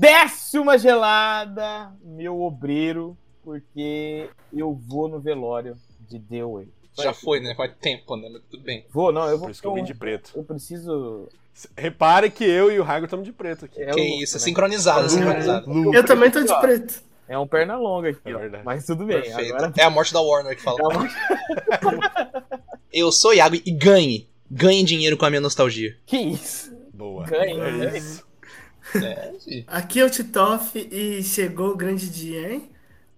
Desce uma gelada, meu obreiro, porque eu vou no velório de Dewey. Já foi, né? Faz tempo, né? Mas tudo bem. Vou, não, eu vou. Por isso que eu vim de preto. Eu preciso. Repare que eu e o Hagrid estamos de preto aqui. é que o- isso, é sincronizado, sincronizado. Hum, Lu- Eu também tô de preto. É um perna longa aqui, É ó. verdade. mas tudo bem. Perfeito. Agora É a morte da Warner que fala. Eu sou Iago e ganhe. Ganhe dinheiro com a minha nostalgia. que isso? Boa. Ganha, É né? isso. Aqui é o Titoff e chegou o grande dia, hein?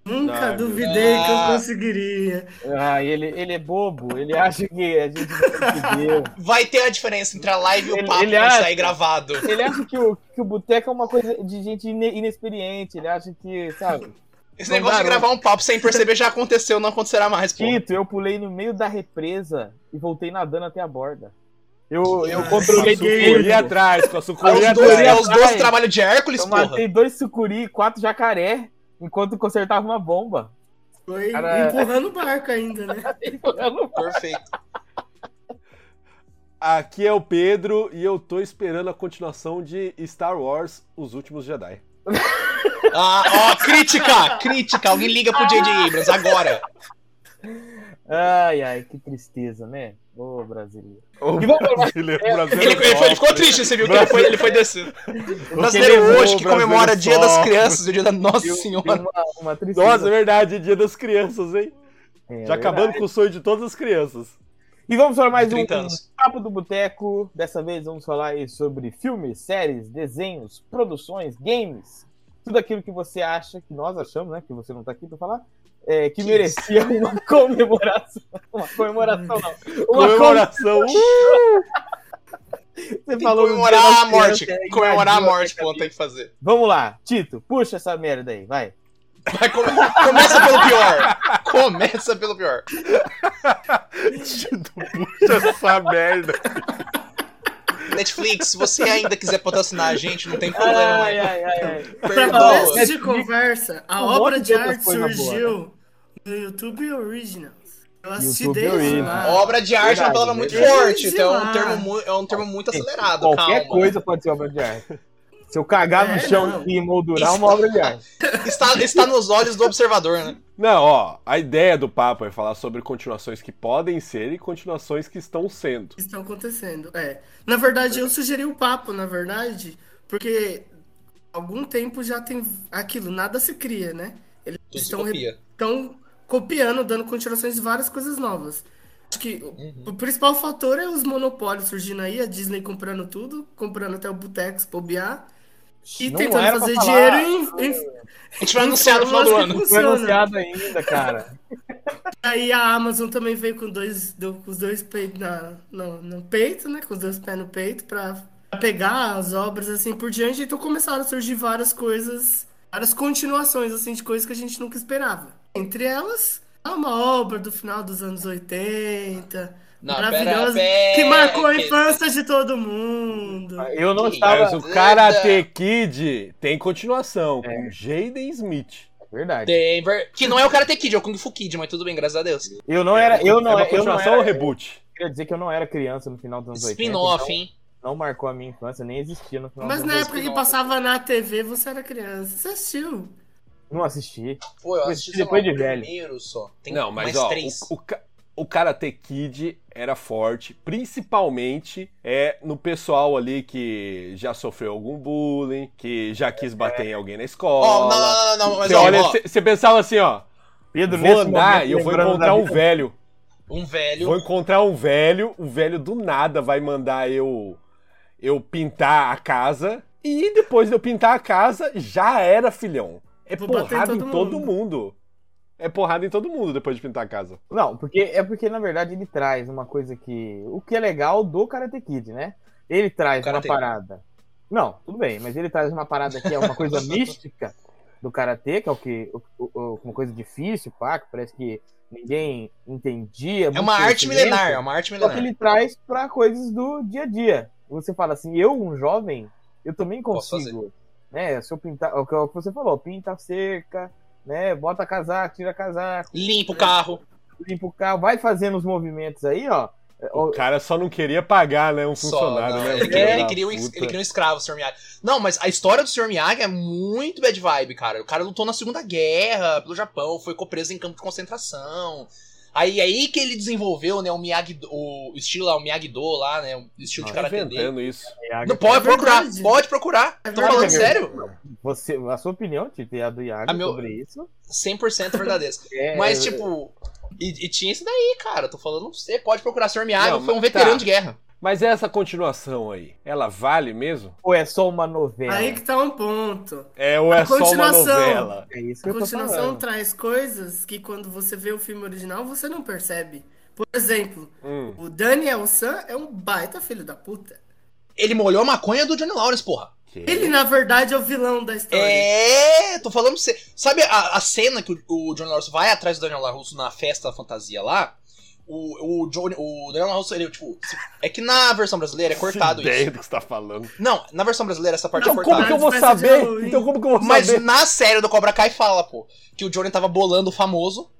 Nunca Ah, duvidei que ah. eu conseguiria. Ah, ele, ele é bobo, ele acha que a gente não conseguiu. Vai ter a diferença entre a live e o Ele- papo ele que vai acha- sair gravado. Ele acha que o, que o boteco é uma coisa de gente ine- inexperiente, ele acha que, sabe? Esse Não negócio dá, de gravar um papo sem perceber já aconteceu, não acontecerá mais, pô. É Tito, eu pulei no meio da represa e voltei nadando até a borda. Eu, eu Ah, controlei Sucuri tudo. Sucuri atrás, com a É sucuri os dois, é atrás. os dois Ai. trabalhos de Hércules, Eu porra. matei dois sucuri, e quatro jacaré, enquanto consertava uma bomba. Foi Cara- empurrando o barco ainda, né? Perfeito. Aqui é o Pedro e eu tô esperando a continuação de Star Wars Os Últimos Jedi. Ah, ó, crítica! Crítica! Alguém liga pro J.J. Abrams agora. Ai, ai, que tristeza, né? Ô, brasileiro. O E vamos lá. brasileiro, o brasileiro Ele, ele foi- ele ficou sofre. triste, você viu? Que ele foi, ele foi descido. O brasileiro levou, hoje que o brasileiro comemora Dia das sofre. Crianças e o Dia da Nossa Deu- Senhora. deu Uma, uma tristeza. Nossa, é verdade, dia das crianças, hein? É, Já verdade. acabando com o sonho de todas as crianças. E vamos para mais um 30 anos. Papo do Boteco. Dessa vez vamos falar aí sobre filmes, séries, desenhos, produções, games. Tudo aquilo que você acha, que nós achamos, né? Que você não tá aqui pra falar. é, que Que merecia uma comemoração. Uma comemoração, não. Uma comemoração. Comemoração. Você Tem que falou no um Dia comemorar das a morte. Crianças, aí Comemorar a invadiu morte, pô, tem que fazer. Vamos lá, Tito, puxa essa merda aí, vai. Vai, come- começa pelo pior. Começa pelo pior. Tito, puxa essa merda. Netflix, se você ainda quiser patrocinar a gente, não tem problema. Ai, ai, ai, ai. Pra Perdoa. começo de conversa, a Um obra monte de de outras arte coisas boas, surgiu no YouTube Originals. Eu assisti né? YouTube desde Originals. lá. Obra de arte é uma Verdade, palavra muito verdade. forte, então é um Sei lá. termo, mu- é um termo muito acelerado, Qualquer calma. coisa pode ser obra de arte. Se eu cagar no É, chão não. e moldurar, é uma obra de arte. Está, está nos olhos do observador, né? Não, ó, a ideia do papo é falar sobre continuações que podem ser e continuações que estão sendo. que estão acontecendo. É. Na verdade, eu sugeri o papo, na verdade, porque algum tempo já tem aquilo, nada se cria, né? Eles Tudo se estão re- copia. estão copiando, dando continuações de várias coisas novas. Acho que o- Uhum. o principal fator é os monopólios surgindo aí, a Disney comprando tudo, comprando até o Botex, bobear, e Não tentando era pra fazer falar. dinheiro em, em A gente vai anunciar no final do ano. Não foi Funciona. anunciado ainda, cara. Aí a Amazon também veio com, dois, do- com os dois peitos na, no, no peito, né? Com os dois pés no peito pra pegar as obras assim por diante. Então começaram a surgir várias coisas, várias continuações assim de coisas que a gente nunca esperava. Entre elas, há uma obra do final dos anos 80, Não, maravilhosa, pera, pera, que marcou a que- infância de todo mundo. Eu não Que Mas estava. o Karate Kid tem É. continuação com Jaden Smith. Verdade. Denver, que não é o Karate Kid, é o Kung Fu Kid, mas tudo bem, graças a Deus. Eu não era. Eu não, é uma eu não continuação ou era. Eu reboot? queria dizer que eu não era criança no final dos anos 80. Spin-off, então hein? Não marcou a minha infância, nem existia no final Mas dos na anos época que não. passava na TV, você era criança. Você assistiu? 80. Não assisti. Pô, eu Mas assisti depois sei lá, de o velho. é um primeiro só. Tem Não, mas mais ó, três. o, o, Ka- o Karate Kid era forte, principalmente é no pessoal ali que já sofreu algum bullying, que já É. quis bater em alguém na escola. Ó, não, não, não, não, mas Você ó, olha, ó, você- você pensava assim, ó, Pedro, vou andar e eu vou encontrar um velho. velho. um velho. Vou encontrar um velho, o velho do nada vai mandar eu eu pintar a casa e depois de eu pintar a casa já era filhão. É Vou bater em porrada em todo todo mundo. mundo. É porrada em todo mundo depois de pintar a casa. Não, porque é porque na verdade ele traz uma coisa que o que é legal do Karate Kid, né? Ele traz Karate. uma parada. Não, tudo bem, mas ele traz uma parada que é uma coisa mística do karatê, que é o que o- o- uma coisa difícil, pá, que parece que ninguém entendia. É muito uma arte conhecimento. milenar, é uma arte um Só que milenar. ele traz pra coisas do dia a dia. Você fala assim, eu, um jovem, eu também Posso consigo. Né? Se eu pintar, é o que é o que você falou, pinta a cerca, né? Bota casaco, tira casaco Limpa o carro. limpa o carro, vai fazendo os movimentos aí, ó. O cara só não queria pagar, né? Um funcionário, Só, não, né? Ele, Filho queria, da ele queria um, ex- puta. ele queria um escravo, o Sr. Miyagi. Não, mas a história do Sr. Miyagi é muito bad vibe, cara. O cara lutou na Segunda Guerra pelo Japão, foi co- preso em campo de concentração. Aí aí que ele desenvolveu, né, o Miyagi, o estilo lá, o Miyagi-Do lá, né, o estilo Tá de karatê dele. inventando isso. Não, pode É procurar, verdade. pode procurar. É Tô falando verdade. sério? Você, a sua opinião, Tito, e a do Iago A Ah, meu- sobre isso. 100% verdadeira. é- Mas, tipo, e, e tinha isso daí, cara. Tô falando pra você, pode procurar. Sr. Miyagi Não, foi um mas veterano tá. de guerra. Mas essa continuação aí, ela vale mesmo? Ou é só uma novela? Aí que tá um ponto. É, ou é só uma Continuação. novela? É isso que A eu tô continuação falando. traz coisas que quando você vê o filme original você não percebe. Por exemplo, Hum. o Daniel San é um baita filho da puta. Ele molhou a maconha do Johnny Lawrence, porra. Que- Ele, na verdade, é o vilão da história. É, tô falando pra você. Sabe a, a cena que o, o Johnny LaRusso vai atrás do Daniel LaRusso na festa fantasia lá? O, o, Johnny, o Daniel LaRusso, ele, tipo... se- É que na versão brasileira é cortado ideia isso. do que você tá falando. Não, na versão brasileira essa parte Então é como cortada. que eu vou Mas peça de saber? Halloween. Então como que eu vou Mas saber? na série do Cobra Kai fala, pô, que o Johnny tava bolando o famoso.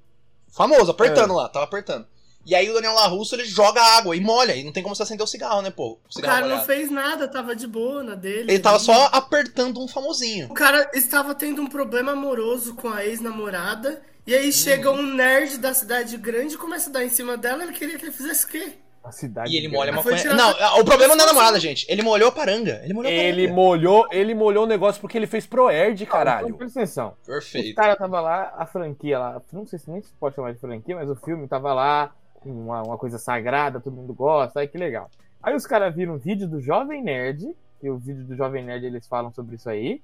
Famoso, É. apertando lá, tava apertando. E aí o Daniel LaRusso, ele joga água e molha. E não tem como você acender o cigarro, né, pô? O O cigarro cara não molhado. fez nada, tava de boa na dele. Ele tava só apertando um famosinho. O cara estava tendo um problema amoroso com a ex-namorada. E aí chega um nerd da cidade grande e começa a dar em cima dela. Ele queria que ele fizesse o quê? A cidade E ele grande. molha a Mas foi maconha. tirado- Não, o problema não é a namorada, gente. Ele molhou a paranga. Ele molhou a paranga. Ele molhou, ele molhou o negócio porque ele fez pro Erd, Então, caralho. presta atenção. Os Perfeito. caras tava lá, a franquia lá, não sei se nem se pode chamar de franquia, mas o filme tava lá, uma, uma coisa sagrada, todo mundo gosta, aí que legal. Aí os caras viram um vídeo do Jovem Nerd, e o vídeo do Jovem Nerd eles falam sobre isso aí,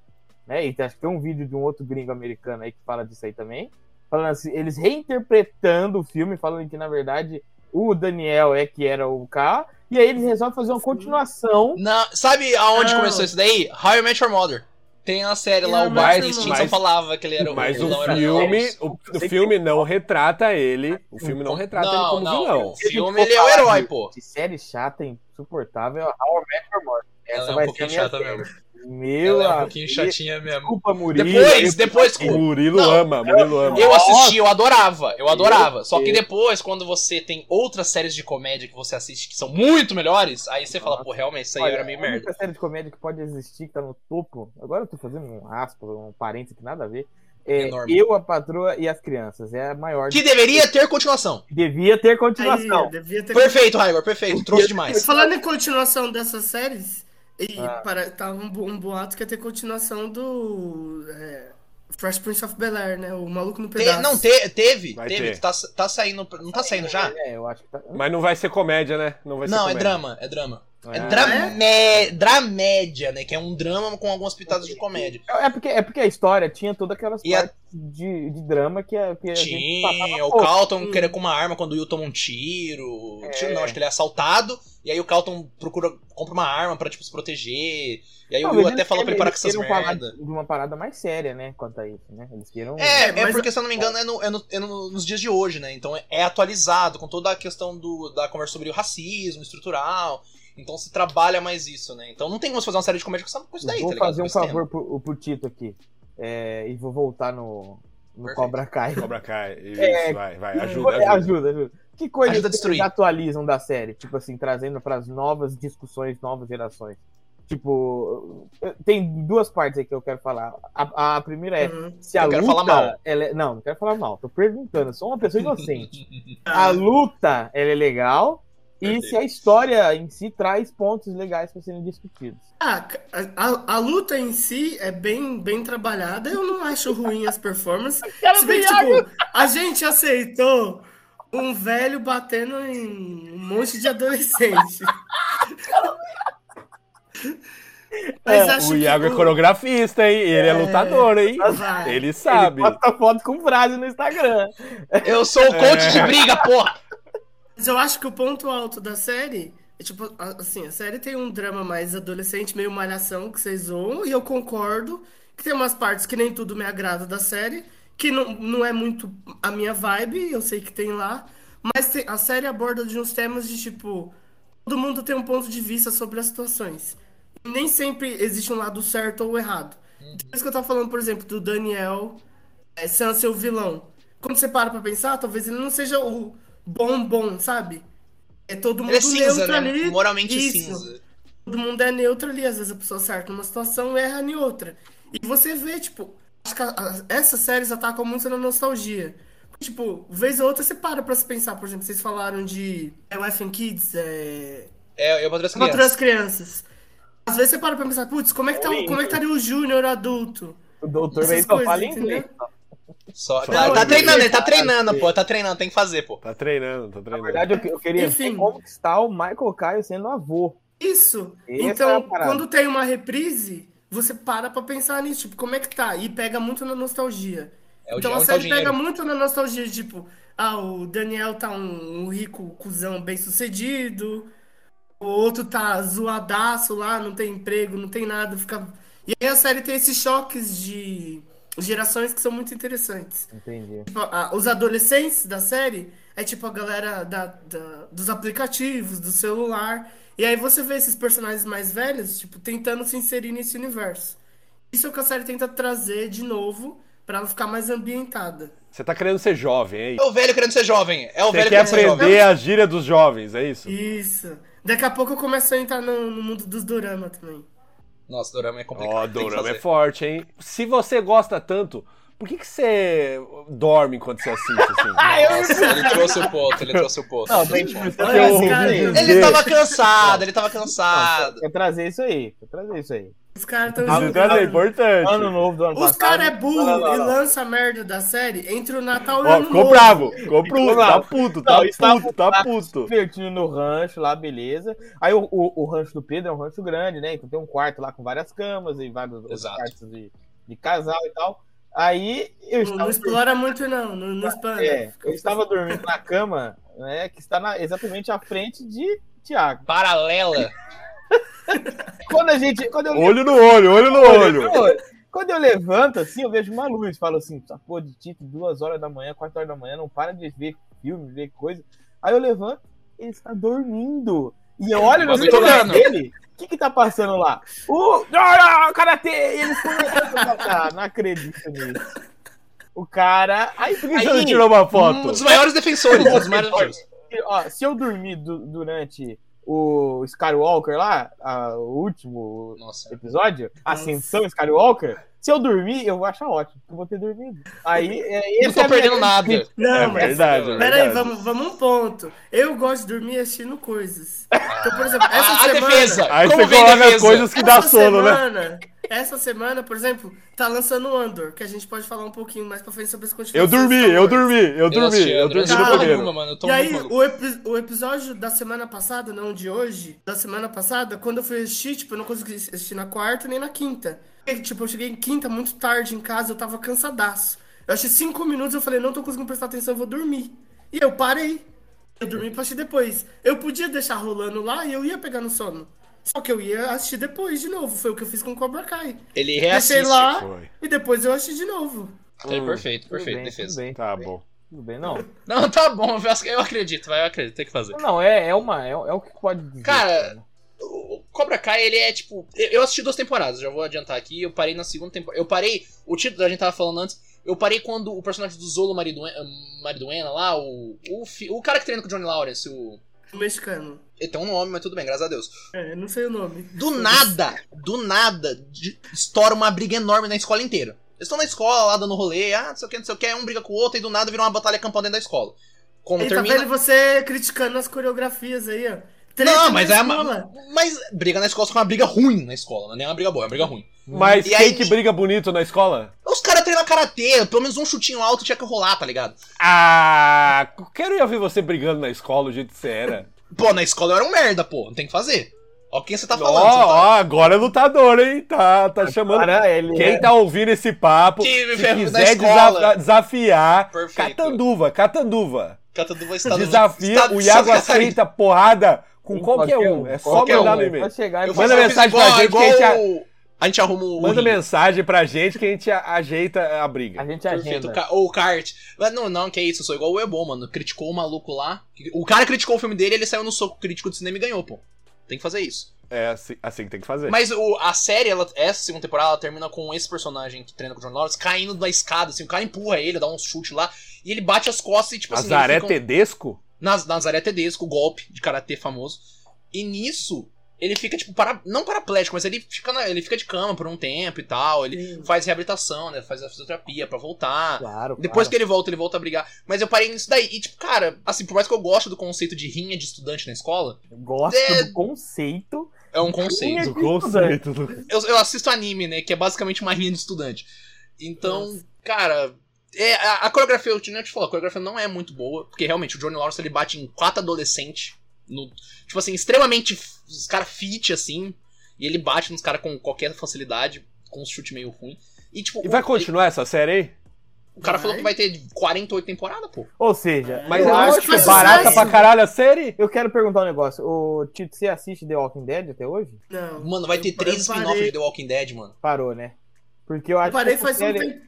né? E tem- acho que tem um vídeo de um outro gringo americano aí que fala disso aí também. Falando assim, eles reinterpretando o filme, falando que na verdade o Daniel é que era o K, e aí eles resolvem fazer uma Sim. continuação. Na- sabe aonde Não. começou isso daí? How I Met Your Mother. Tem uma série lá, How o I Barney Met Your Stinson Mother. falava que ele era Mas o o vilão era filme, Deus. o, o filme não retrata ele. O filme não retrata ele como não, vilão. um O filme ele é o herói, pô. De série chata, insuportável, é How I Met Your Mother. Ela Essa é um vai pouquinho ser a minha chata mesmo. Meu Ela é um amigo. pouquinho chatinha mesmo. Desculpa, Murilo. Depois, depois, O eu Murilo Não, ama, Murilo ama. eu assisti, eu adorava, eu adorava. Só que eu- depois, quando você tem outras séries de comédia que você assiste que são muito melhores, aí você fala, Nossa. pô, realmente, isso aí Olha, é era meio a única merda. série de comédia que pode existir, que tá no topo. Agora eu tô fazendo um aspa, um parênteses que nada a ver. É Enorme. Eu, a Patroa e as Crianças. É a maior. Que deveria ter continuação. Devia ter Aí, continuação. devia ter Perfeito, Raigor, perfeito. Trouxe demais. Falando em continuação dessas séries, e Ah. para, tava um, bo- um boato que ia ter continuação do é, Fresh Prince of Bel-Air, né? O Maluco no Te- Pedaço. não, te- teve, Vai teve. ter. Tá, tá saindo. Não tá saindo já? É, eu acho que tá. Mas não vai ser comédia, né? Não vai ser Não, é comédia. drama, é drama. É, É. dramé- dramédia, né? Que é um drama com algumas pitadas de comédia. É porque, é porque a história tinha todas aquelas E a- partes de, de drama que a, que a gente Tinha, passava Hum. o pouco. Calton querer com uma arma quando o Will toma um tiro. Tiro não, acho que ele é assaltado. E aí o Calton procura, compra uma arma pra, tipo, se proteger. E aí o Talvez Will eles até fala pra ele queiram- parar com essas eles queiram falar merda. De uma parada mais séria, né? Quanto a isso, né? Eles queiram. É, é mas- porque, se eu não me engano, é, no- é no- é no- nos dias de hoje, né? Então é, é atualizado, com toda a questão do, da conversa sobre o racismo estrutural. Então se trabalha mais isso, né? Então não tem como você fazer uma série de comédia com essa coisa daí, vou tá ligado? fazer um Com esse tema. favor pro, pro Tito aqui. É, e vou voltar no, no Perfeito. Cobra Kai. Cobra Kai. Isso, É. vai, vai. Ajuda, Ajuda, ajuda. ajuda. Que coisa Ajuda a que destruir. eles atualizam da série? Tipo assim, trazendo para as novas discussões, novas gerações. Tipo, tem duas partes aí que eu quero falar. A, a primeira é Uhum. se a Eu quero luta, falar mal. ela é- não, não quero falar mal. Tô perguntando, eu sou uma pessoa inocente. a luta, ela é legal. E Perfeito. se a história em si traz pontos legais para serem discutidos. Ah, a, a- a luta em si é bem, bem trabalhada, eu não acho ruim as performances. Se bem que, tipo, a gente aceitou um velho batendo em um monte de adolescente. Mas acho O que Iago é o- coreografista, hein? Ele é lutador, hein? Vai. Ele sabe. Ele posta foto com frase no Instagram. Eu sou o coach É. de briga, porra! Mas eu acho que o ponto alto da série é tipo, a- assim, a série tem um drama mais adolescente, meio malhação que vocês zoam, e eu concordo que tem umas partes que nem tudo me agrada da série, que não, não é muito a minha vibe, eu sei que tem lá, mas tem- a série aborda de uns temas de tipo, todo mundo tem um ponto de vista sobre as situações. Nem sempre existe um lado certo ou errado. Uhum. Então, Por isso que eu tava falando, por exemplo, do Daniel é, Sam ser o vilão. Quando você para pra pensar, talvez ele não seja o bom bom, sabe? É todo mundo Ele é cinza, neutro né? ali. Moralmente Isso. cinza. Todo mundo é neutro ali. Às vezes a pessoa acerta numa situação erra em outra. E você vê, tipo, acho que a- a- essas séries atacam tá muito na nostalgia. Tipo, vez ou outra você para pra se pensar. Por exemplo, vocês falaram de é, Wife and Kids, é, É, eu patrulho as Patrulha crianças. as crianças. Às vezes você para pra pensar, putz, como é que, tá, o- como é que estaria o Júnior adulto? O doutor Essas aí só coisas, fala inglês. né, entendeu? só. Só, Só tá, não, tá eu- treinando, ele tá treinando, pô. Tá treinando, tem que fazer, pô. Tá treinando, tá treinando. Na verdade, eu, que- eu queria Enfim. ver como que está o Michael Caio sendo avô. Isso. Essa é a então, parada. quando tem uma reprise, você para pra pensar nisso, tipo, como é que tá? E pega muito na nostalgia. É o então dinheiro, onde tá a o série pega dinheiro. muito na nostalgia, tipo, ah, o Daniel tá um, um rico cuzão bem sucedido, o outro tá zoadaço lá, não tem emprego, não tem nada, fica. E aí a série tem esses choques de gerações que são muito interessantes. Entendi. Tipo, a- os adolescentes da série é tipo a galera da, da- dos aplicativos, do celular. E aí você vê esses personagens mais velhos, tipo, tentando se inserir nesse universo. Isso é o que a série tenta trazer de novo pra ela ficar mais ambientada. Você tá querendo ser jovem, é É isso? o velho querendo ser jovem. É o Você velho quer querendo ser jovem. aprender a gíria dos jovens, é isso? Isso. Daqui a pouco eu começo a entrar no, no mundo dos dorama também. Nossa, Dorama é complicado. Ó, tem que Dorama é fazer. forte, hein? Se você gosta tanto, por que, que você dorme enquanto você assiste, Ah, assim? Nossa, ele trouxe o ponto, ele trouxe o ponto. Não, Ele tem trouxe que o ponto. precisa Olha, ter um cara, vídeo Ele desse. tava cansado, ele tava Não, cansado. Quer trazer isso aí, quer trazer isso aí. Os caras tão Ah, Isso é importante. Ano novo do ano Os passado. caras é burro assim, "Ah, Não, não, e não, não. lança a merda da série entre o Natal e o Ó, Ano ficou Novo. bravo, ficou puto, tá bravo. puto, Não, tá isso tá puto, tá tá puto. divertindo no rancho lá, beleza. Aí o, o, o rancho do Pedro é um rancho grande, né? Então tem um quarto lá com várias camas e vários outros Exato. quartos de, de casal e tal. Aí eu Não, não estava, explora né? muito, não. Não, não expanda. é, eu estava dormindo na cama, né? Que está na- exatamente à frente de Tiago. Paralela. Quando a gente. Quando eu Olho no olho, olho no olho. Quando eu levanto, assim, eu vejo uma luz. Falo assim, essa porra de Tito, duas horas da manhã, quatro horas da manhã, não para de ver filme, ver coisa. Aí eu levanto, ele está dormindo. E eu olho no Bagulho celular tocando. dele, o que que tá passando lá? O Ah, Karatê! E ele foi... Ah, não acredito nisso. O cara... Aí, Por que você aí- não tirou uma Um foto? dos maiores defensores, um dos maiores defensores. Ó, se eu dormir du- durante o Skywalker lá, ah, o último, Nossa. episódio, Ascensão Skywalker, se eu dormir, eu vou achar ótimo, porque eu vou ter dormido. Aí, é, Não tô perdendo nada. Não, É mas verdade, é Peraí, verdade. vamos, vamos um ponto. Eu gosto de dormir assistindo coisas. Então, por exemplo, essa Ah, a semana. defesa. Aí Como você vem coloca defesa? coisas que dá essa sono, né? semana, Essa semana, por exemplo, tá lançando o Andor, que a gente pode falar um pouquinho mais pra frente sobre as Eu continuações. dormi, de Star eu Wars. dormi, eu não dormi, assisti, eu André, não dormi no assisti assisti banheiro. nenhuma, mano, eu tô E aí, muito maluco. o, epi- o episódio da semana passada, não de hoje, da semana passada, quando eu fui assistir, tipo, eu não consegui assistir na quarta nem na quinta. Porque, tipo, eu cheguei em quinta muito tarde em casa, eu tava cansadaço. Eu achei cinco minutos, eu falei, não tô conseguindo prestar atenção, eu vou dormir. E eu parei. Eu dormi pra assistir depois. Eu podia deixar rolando lá e eu ia pegar no sono. Só que eu ia assistir depois de novo. Foi o que eu fiz com Cobra Kai. Ele Deixei reassiste. lá Foi. e depois eu assisti de novo. É, perfeito, Tudo perfeito, bem, tudo defesa. bem, Tá bom. tudo bem, não. Não, tá bom, eu ac- eu acredito, vai, eu acredito, tem que fazer. Não, é, é uma, é, é o que pode dizer. Cara, O Cobra Kai, ele é tipo. eu- Eu assisti duas temporadas, já vou adiantar aqui. Eu parei na segunda temporada. Eu parei. O título da gente tava falando antes. Eu parei quando o personagem do Zolo Mariduen- Mariduena lá, o. O, fi- o cara que treina com o Johnny Lawrence, o. O mexicano. Ele tem um nome, mas tudo bem, graças a Deus. É, eu não sei o nome. Do nada, do nada, de- estoura uma briga enorme na escola inteira. Eles estão na escola lá dando rolê, ah, não sei o que, não sei o que, um briga com o outro e do nada vira uma batalha campal dentro da escola. Como Ele termina. tá vendo você criticando as coreografias aí, ó. tá Não, mas é uma. mala. Mas briga na escola só que é uma briga ruim na escola, não é nem uma briga boa, é uma briga ruim. Mas E quem aí- que briga bonito na escola? Os caras treinam karatê, pelo menos um chutinho alto tinha que rolar, tá ligado? Ah, quero ir ouvir você brigando na escola do jeito que você era. Pô, na escola eu era um merda, pô, não tem o que fazer. Ó, quem você tá Ó, falando? você ó, tá... agora é lutador, hein? Tá, tá chamando. Cara, ele Quem é- tá ouvindo esse papo, Que me se ferrou na quiser escola. desa- desafiar, Perfeito. Catanduva, Catanduva. Catanduva está no- Desafia, está- o Iago está- aceita porrada com Sim, qualquer um. É só qualquer mandar um, no é e-mail. só chegar e Eu falar, faço- Manda eu fiz mensagem pra igual- gente que a gente igual o- A gente arruma um o. Manda ringue. mensagem pra gente que a gente a- ajeita a a briga. gente Perfeito, agenda. o ca- ou o kart. Mas não, não, que é isso, eu sou igual o Ebon, mano. Criticou o maluco lá. O cara criticou o filme dele, ele saiu no soco crítico de cinema e ganhou, pô. Tem que fazer isso. É assim, assim que tem que fazer. Mas o- a série, ela, essa segunda temporada, ela termina com esse personagem que treina com o John Lawrence caindo da escada, assim, o cara empurra ele, dá um chute lá, e ele bate as costas e, tipo assim, Azaré ele fica um- é Tedesco? Naz- Nazaré Tedesco, golpe de karatê famoso. E nisso, ele fica, tipo, para, não paraplético, mas ele fica, na- ele fica de cama por um tempo e tal. Ele Sim. faz reabilitação, né? Faz a fisioterapia pra voltar. Claro. Depois que ele volta, ele volta a brigar. Mas eu parei nisso daí. E, tipo, cara, assim, por mais que eu goste do conceito de rinha de estudante na escola, que. Gosto É. do conceito. é um conceito. Rinha Do de conceito do eu, eu assisto anime, né? Que é basicamente uma linha de estudante. Então, cara. É, a, a coreografia, eu tinha que te falar, a coreografia não é muito boa, porque realmente o Johnny Lawrence ele bate em quatro adolescentes, no, tipo assim, extremamente. f- Os caras fit, assim, e ele bate nos caras com qualquer facilidade, com um chute meio ruim. E, tipo, E o, vai continuar essa série aí? o cara falou que vai ter 48 temporadas, pô. Ou seja, Mas eu eu acho acho que que é faz barata sucesso. pra caralho a série? Eu quero perguntar um negócio. O Tito, você assiste The Walking Dead até hoje? Não. Mano, vai ter Eu- três eu parei- spin-offs de The Walking Dead, mano. Parou, né? Porque eu acho Eu parei que faz essa um série, tempo.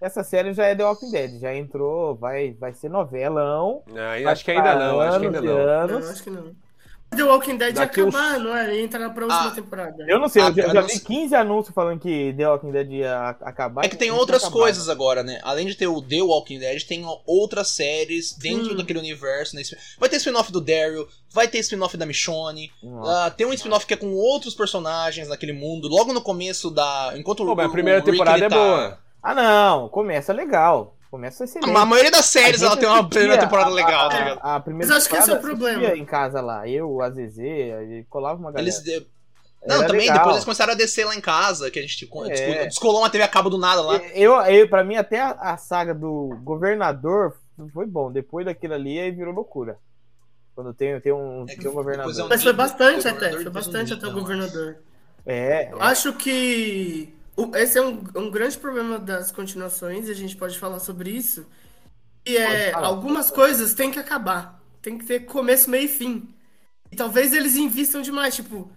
essa série já é The Walking Dead. Já entrou, vai, vai ser novelão. Não, acho que ainda não, acho que ainda Anos e não. anos. Não, acho que não. The Walking Dead ia Daqui uns- acabar, não é? Ia entrar na próxima Ah, temporada. Eu não sei, Ah, eu já, eu já não vi sei. 15 anúncios falando que The Walking Dead ia ac- acabar. É que tem Não outras acabado. coisas agora, né? Além de ter o The Walking Dead, tem outras séries dentro Hum. daquele universo. né? Vai ter spin-off do Daryl, vai ter spin-off da Michonne, Nossa. ah, tem um spin-off que é com outros personagens naquele mundo, logo no começo da. Enquanto Pô, mas a o- primeira o Rick, temporada ele é tá- boa. Ah, não. Começa legal. Começa excelente. Ah, A, a maioria das séries A gente ela tem uma assistia primeira temporada a- legal, tá a- ligado? A, primeira Mas acho que esse é o temporada problema. assistia em casa lá. Eu, a ZZ, aí colava uma galera. Eles. É, de- Não, Era também, legal. depois eles começaram a descer lá em casa, que a gente tipo, É. descol- descolou uma TV a cabo do nada É. lá. Eu, eu, pra mim, até a, a saga do governador foi bom. Depois daquilo ali, aí virou loucura. Quando tem, tem um, É que tem um governador. depois é um- Mas foi bastante Governador até, foi depois do bastante Nick, até o eu acho. governador. É, Eu acho que o- esse é um, um grande problema das continuações, e a gente pode falar sobre isso. E é, Pode falar. algumas coisas têm que acabar. Tem que ter começo, meio e fim. E talvez eles invistam demais, tipo,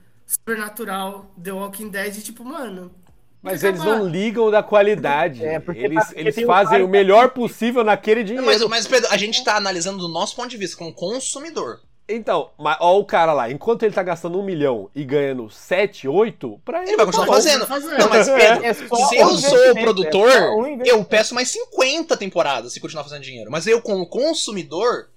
Supernatural, The Walking Dead, tipo, mano. tem que Tá Mas eles acabar. não ligam da qualidade. É, porque- eles porque eles tem um fazem cara o melhor possível naquele dinheiro. Mas, mas, Pedro, a gente tá analisando do nosso ponto de vista, como consumidor. Então, mas ó o cara lá, enquanto ele tá gastando um milhão e ganhando 7, 8, pra ele. Ele vai continuar tá bom. fazendo. fazendo. Não, mas Pedro, é só Se um eu sou o investimento, produtor, é só um investimento. eu peço mais 50 temporadas se continuar fazendo dinheiro. Mas eu, como consumidor,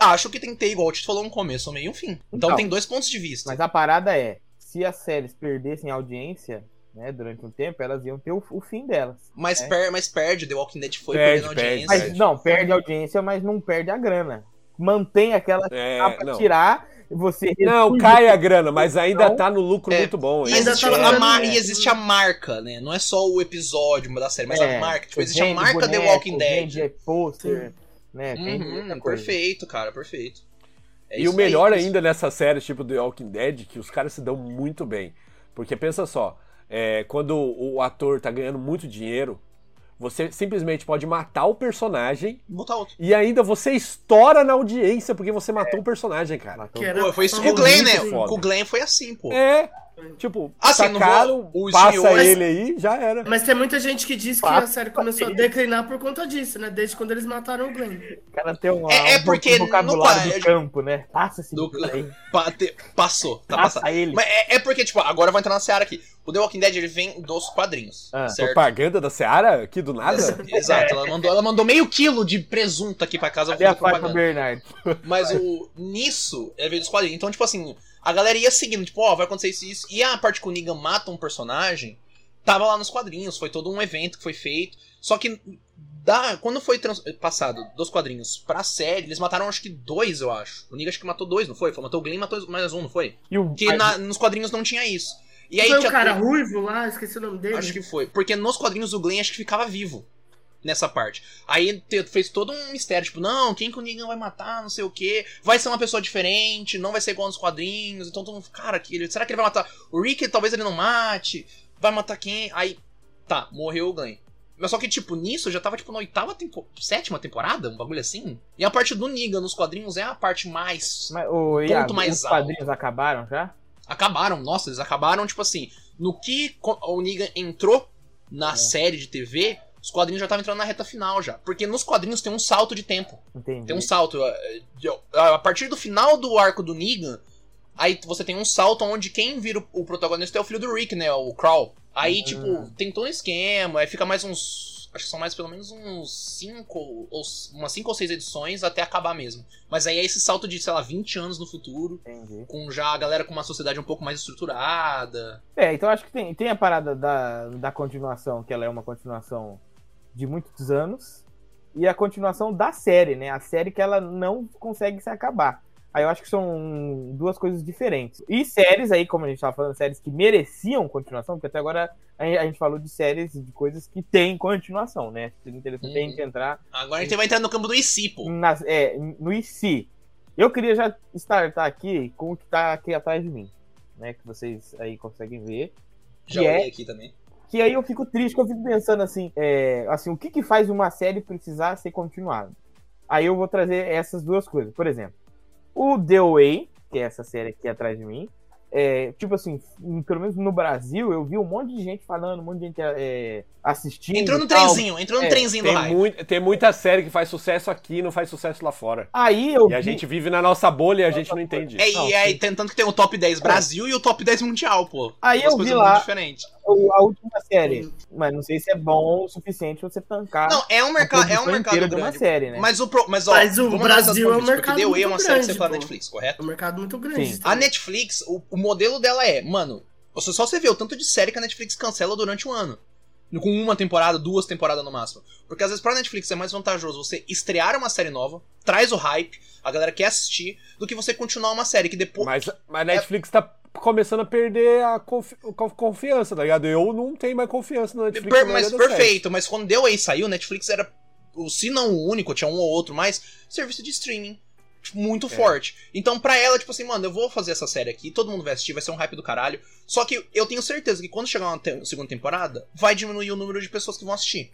acho que tem que ter, igual o Tito falou, um começo, um meio e um fim. Então Não. tem dois pontos de vista. Mas a parada é, se as séries perdessem audiência, né, durante um tempo, elas iam ter o, o fim delas. Mas, É. per- mas perde, The Walking Dead foi Perde, perdendo perde, audiência. Mas Verdade. não, perde a audiência, mas não perde a grana. Mantém aquela É, capa, não. tirar, você Não, cai a grana, mas ainda Não. tá no lucro É, muito bom. E hein? Ainda existe, tá a lá, mar- né? e existe a marca, né? Não é só o episódio da série, mas É, a marca. Tipo, existe a vende marca The boneco, Walking Dead. Vende é pôster, né? vende Uhum, muita coisa. perfeito, cara, perfeito. É E isso o melhor aí. ainda nessas séries, tipo The Walking Dead, que os caras se dão muito bem. Porque pensa só, é, quando o ator tá ganhando muito dinheiro, você simplesmente pode matar o personagem Botar outro. e ainda você estoura na audiência porque você matou o personagem, cara. Matou. Que era- Pô, foi isso Tá com o Glenn, né? muito foda. Com o Glenn foi assim, pô. É, tipo, Assim, não vou- sacaram, o passa senhor- é ele aí, já era. Mas tem muita gente que diz que Fato, é. a série começou a declinar por conta disso, né? Desde quando eles mataram o Glenn. O cara tem um, É- é um porque vocabulário nunca- do campo, né? Passa esse Do- bicho aí, Bate- Passou, tá Ah, passado. passa ele. Mas é, é porque, tipo, agora eu vou entrar na seara aqui. O The Walking Dead, ele vem dos quadrinhos, Ah. certo? Propaganda da Seara aqui do Ex- nada? Exato, ela mandou, ela mandou meio quilo de presunto aqui pra casa. Cadê a fazer faixa do propaganda. Bernardo? Mas o nisso, ele veio dos quadrinhos. Então, tipo assim, a galera ia seguindo, tipo, ó, vai acontecer isso e isso. E a parte que o Negan mata um personagem, tava lá nos quadrinhos, foi todo um evento que foi feito. Só que da, quando foi trans- passado dos quadrinhos pra série, eles mataram acho que dois, eu acho. O Negan acho que matou dois, não foi? Foi, Matou o Glenn e matou mais um, não foi? E o Que na- nos quadrinhos não tinha isso. E aí Foi o tinha cara ruivo lá, esqueci o nome dele. Acho que foi. Porque nos quadrinhos o Glenn acho que ficava vivo nessa parte. Aí te- fez todo um mistério, tipo, não, quem que o Negan vai matar, não sei o quê. Vai ser uma pessoa diferente, não vai ser igual nos quadrinhos. Então todo mundo, cara, que ele- será que ele vai matar o Rick? Talvez ele não mate. Vai matar quem? Aí, tá, morreu o Glenn. Mas só que, tipo, nisso eu já tava, tipo, na oitava tempo... sétima temporada, um bagulho assim. E a parte do Negan nos quadrinhos é a parte mais Mas, ô, Iago, ponto os mais quadrinhos acabaram já? acabaram, nossa, eles acabaram, tipo assim, no que co- o Negan entrou na É. série de TV, os quadrinhos já estavam entrando na reta final já. Porque nos quadrinhos tem um salto de tempo. Entendi. Tem um salto. eh, de- A partir do final do arco do Negan, aí você tem um salto onde quem vira o- o protagonista é o filho do Rick, né? O Crawl. Aí, Ah. tipo, tem todo um esquema, aí fica mais uns acho que são mais pelo menos uns 5 ou umas 5 ou 6 edições até acabar mesmo. Mas aí é esse salto de, sei lá, 20 anos no futuro, Entendi. com já a galera com uma sociedade um pouco mais estruturada. É, então acho que tem, tem a parada da, da continuação, que ela é uma continuação de muitos anos, e a continuação da série, né? A série que ela não consegue se acabar. Aí eu acho que são duas coisas diferentes. E séries aí, como a gente tava falando, séries que mereciam continuação, porque até agora a a gente falou de séries e de coisas que têm continuação, né? Seria interessante a gente Uhum. entrar Agora a gente vai entrar no campo do IC, pô. na- é, no IC. Eu queria já startar aqui com o que tá aqui atrás de mim, né? Que vocês aí conseguem ver. Já que é- olhei aqui também. Que aí eu fico triste, que eu fico pensando assim, é, assim, o que que faz uma série precisar ser continuada? Aí eu vou trazer essas duas coisas. Por exemplo, o The Way, que é essa série aqui atrás de mim, é, tipo assim, em- pelo menos no Brasil, eu vi um monte de gente falando, um monte de gente é, assistindo. Entrou no e tal. trenzinho, entrou no É, trenzinho do Tem, hype. mui- tem muita série que faz sucesso aqui e não faz sucesso lá fora. Aí eu E a vi- gente vive na nossa bolha e a gente não entende. É, Não, É. e aí, tentando que tem o top 10 Brasil e o top 10 mundial, pô. Aí Duas eu coisas vi muito lá. diferentes. o- a última série, mas não sei se é bom o suficiente pra você tancar Não, é um, Ah, a mercado é um produção mercado inteira de uma grande. série, né? Mas o, pro- mas, ó, Mas o vamos Brasil analisar por é um isso, porque mercado The Way é uma muito série que saiu grande, pela pô. Netflix, correto? É um mercado muito grande. Sim. A Netflix, o, o modelo dela é, mano, você só você vê o tanto de série que a Netflix cancela durante um ano. Com uma temporada, duas temporadas no máximo. Porque às vezes pra Netflix é mais vantajoso você estrear uma série nova, traz o hype, a galera quer assistir, do que você continuar uma série que depois. Mas, mas a Netflix tá começando a perder a confi- co- confiança, tá ligado? Eu não tenho mais confiança na Netflix. Per- na mas maioria das séries. perfeito, mas quando deu aí saiu, Netflix era, o- se não o único, tinha um ou outro mais, serviço de streaming tipo, É. muito forte. Então pra ela, tipo assim, mano, eu vou fazer essa série aqui, todo mundo vai assistir, vai ser um hype do caralho. Só que eu tenho certeza que quando chegar uma te- segunda temporada, vai diminuir o número de pessoas que vão assistir.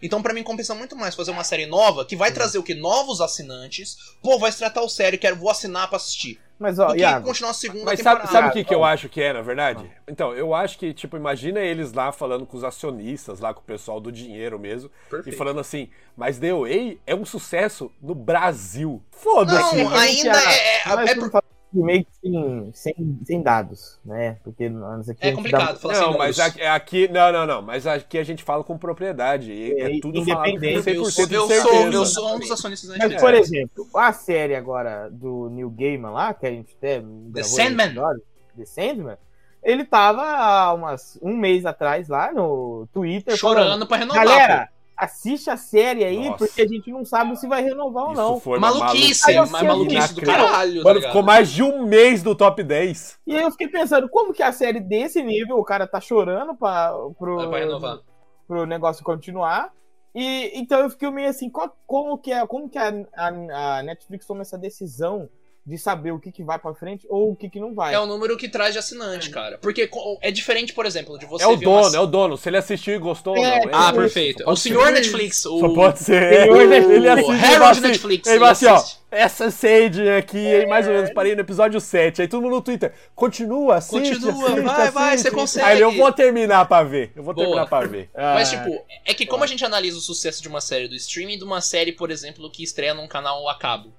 Então pra mim compensa muito mais fazer uma série nova, que vai trazer o que? Novos assinantes. Pô, vai tratar o sério, quero, vou assinar pra assistir. Mas, Do ó, que Iago, continuar a segunda Mas temporada. sabe, sabe o que, que eu acho que é, na verdade? Então, eu acho que, tipo, imagina eles lá falando com os acionistas, lá com o pessoal do dinheiro mesmo, Perfeito. e falando assim, mas The Way é um sucesso no Brasil. Foda-se! Não, ainda é- é- nós é estamos falando de meio que sem, sem, sem dados, né? Porque nós aqui É a gente dá- um- complicado falar assim, Não, mas números. aqui, aqui- Não, não, não. Mas aqui a gente fala com propriedade. e É, É, tudo falado com independente. 100% de Eu sou, certeza. eu sou, eu sou um dos acionistas da Mas, Netflix. por exemplo, a série agora do Neil Gaiman lá, que a gente até gravou The esse Sandman. episódio, The Sandman, ele tava há umas, um mês atrás lá no Twitter falando, Chorando pra renovar. galera, assiste a série aí, Nossa. porque a gente não sabe se vai renovar ou não. Isso foi pô. uma Maluquice, Aí eu mas sei, maluquice do inacreditável. caralho. tá Mano, ligado? ficou mais de um mês do top 10. E aí eu fiquei pensando, como que a série desse nível, o cara tá chorando pra, pro, Vai renovar. pro negócio continuar. E então eu fiquei meio assim, qual- como que é, como que a, a- a Netflix toma essa decisão de saber o que, que vai pra frente ou o que, que não vai? É o número que traz de assinante, cara. Porque co- é diferente, por exemplo, de você é o ver dono, uma- é o dono. Se ele assistiu e gostou, É, não. é Ah, isso. perfeito. Só O pode senhor ser. Netflix. O... Só pode ser. é. Senhor um Netflix. Ele o assiste e Harold fala assim- Netflix, Ele fala ele assim, ó. assiste. Essa Sage aqui, É. hein, mais ou menos, parei no episódio 7. Aí todo mundo no Twitter, continua, assiste, Continua, assiste, vai, vai, assiste. você consegue. Aí eu vou terminar pra ver. Eu vou Boa. terminar pra ver. Mas, Ah, tipo, é que como a gente analisa o sucesso de uma série do streaming, de uma série, por exemplo, que estreia num canal a cabo.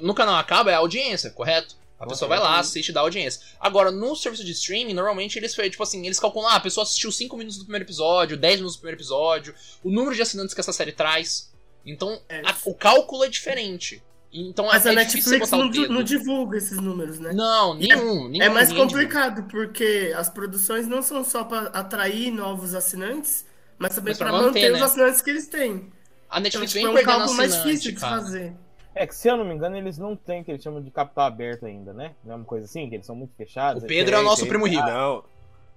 No canal a cabo é a audiência, correto? A pessoa vai lá, assiste e dá audiência. Agora, no serviço de streaming, normalmente eles, fe- tipo assim, eles calculam, ah, a pessoa assistiu 5 minutos do primeiro episódio, 10 minutos do primeiro episódio, o número de assinantes que essa série traz. Então, É. a- o cálculo é diferente. Então, Mas é a difícil você Netflix botar não, o dedo. não divulga esses números, né? Não, nenhum, nenhum. É mais ninguém complicado, porque as produções não são só para atrair novos assinantes, mas também Mas pra para manter, manter, os né? assinantes que eles têm. divulga. A Então, Netflix tipo, é vem um perdendo cálculo assinante, mais difícil de cara. fazer. é que se eu não me engano, eles não têm o que eles chamam de capital aberto ainda, né? Não é uma coisa assim, que eles são muito fechados. O Pedro é o eles- nosso primo rico. Não.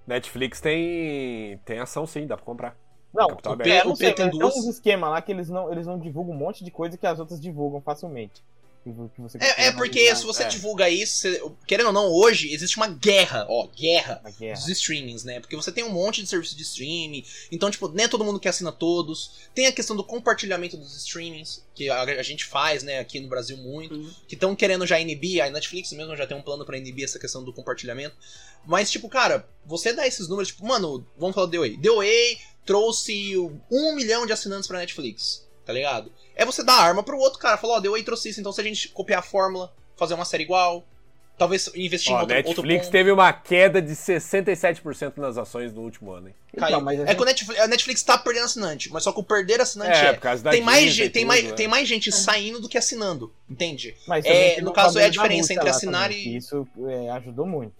Netflix tem, tem ação sim, dá pra comprar. Não, capital o aberto. Pedro, Tá O é Pedro tem tem duas. uns esquemas lá que eles não, eles não divulgam um monte de coisa que as outras divulgam facilmente. Que vo- que você consegue É, é porque analisar. se você é. divulga isso, você- querendo ou não, hoje existe uma guerra, ó, guerra Na guerra. dos streamings, né? Porque você tem um monte de serviço de streaming, então, tipo, nem é todo mundo que assina todos. Tem a questão do compartilhamento dos streamings, que a, a gente faz, né, aqui no Brasil muito, Uhum. que estão querendo já inibir, a Netflix mesmo já tem um plano pra inibir essa questão do compartilhamento. Mas, tipo, cara, você dá esses números, tipo, mano, vamos falar do The Way. The Way trouxe um milhão de assinantes pra Netflix, tá ligado? É você dar arma pro outro cara, falar, ó, The Way trouxe isso, então se a gente copiar a fórmula, fazer uma série igual, Talvez investir Ó, em outro, outro Netflix ponto. teve uma queda de 67% nas ações no último ano, hein? Caiu. Então, mas a É que o Netflix, a Netflix tá perdendo assinante, mas só que o perder assinante É, é. por causa da tem, mais, Disney ge- e tem, tudo, mais, né? tem mais gente saindo do que assinando, entende? Mas É, também teve no um caso, é problema a da diferença multa entre lá assinar também, e- que Isso é, ajudou muito.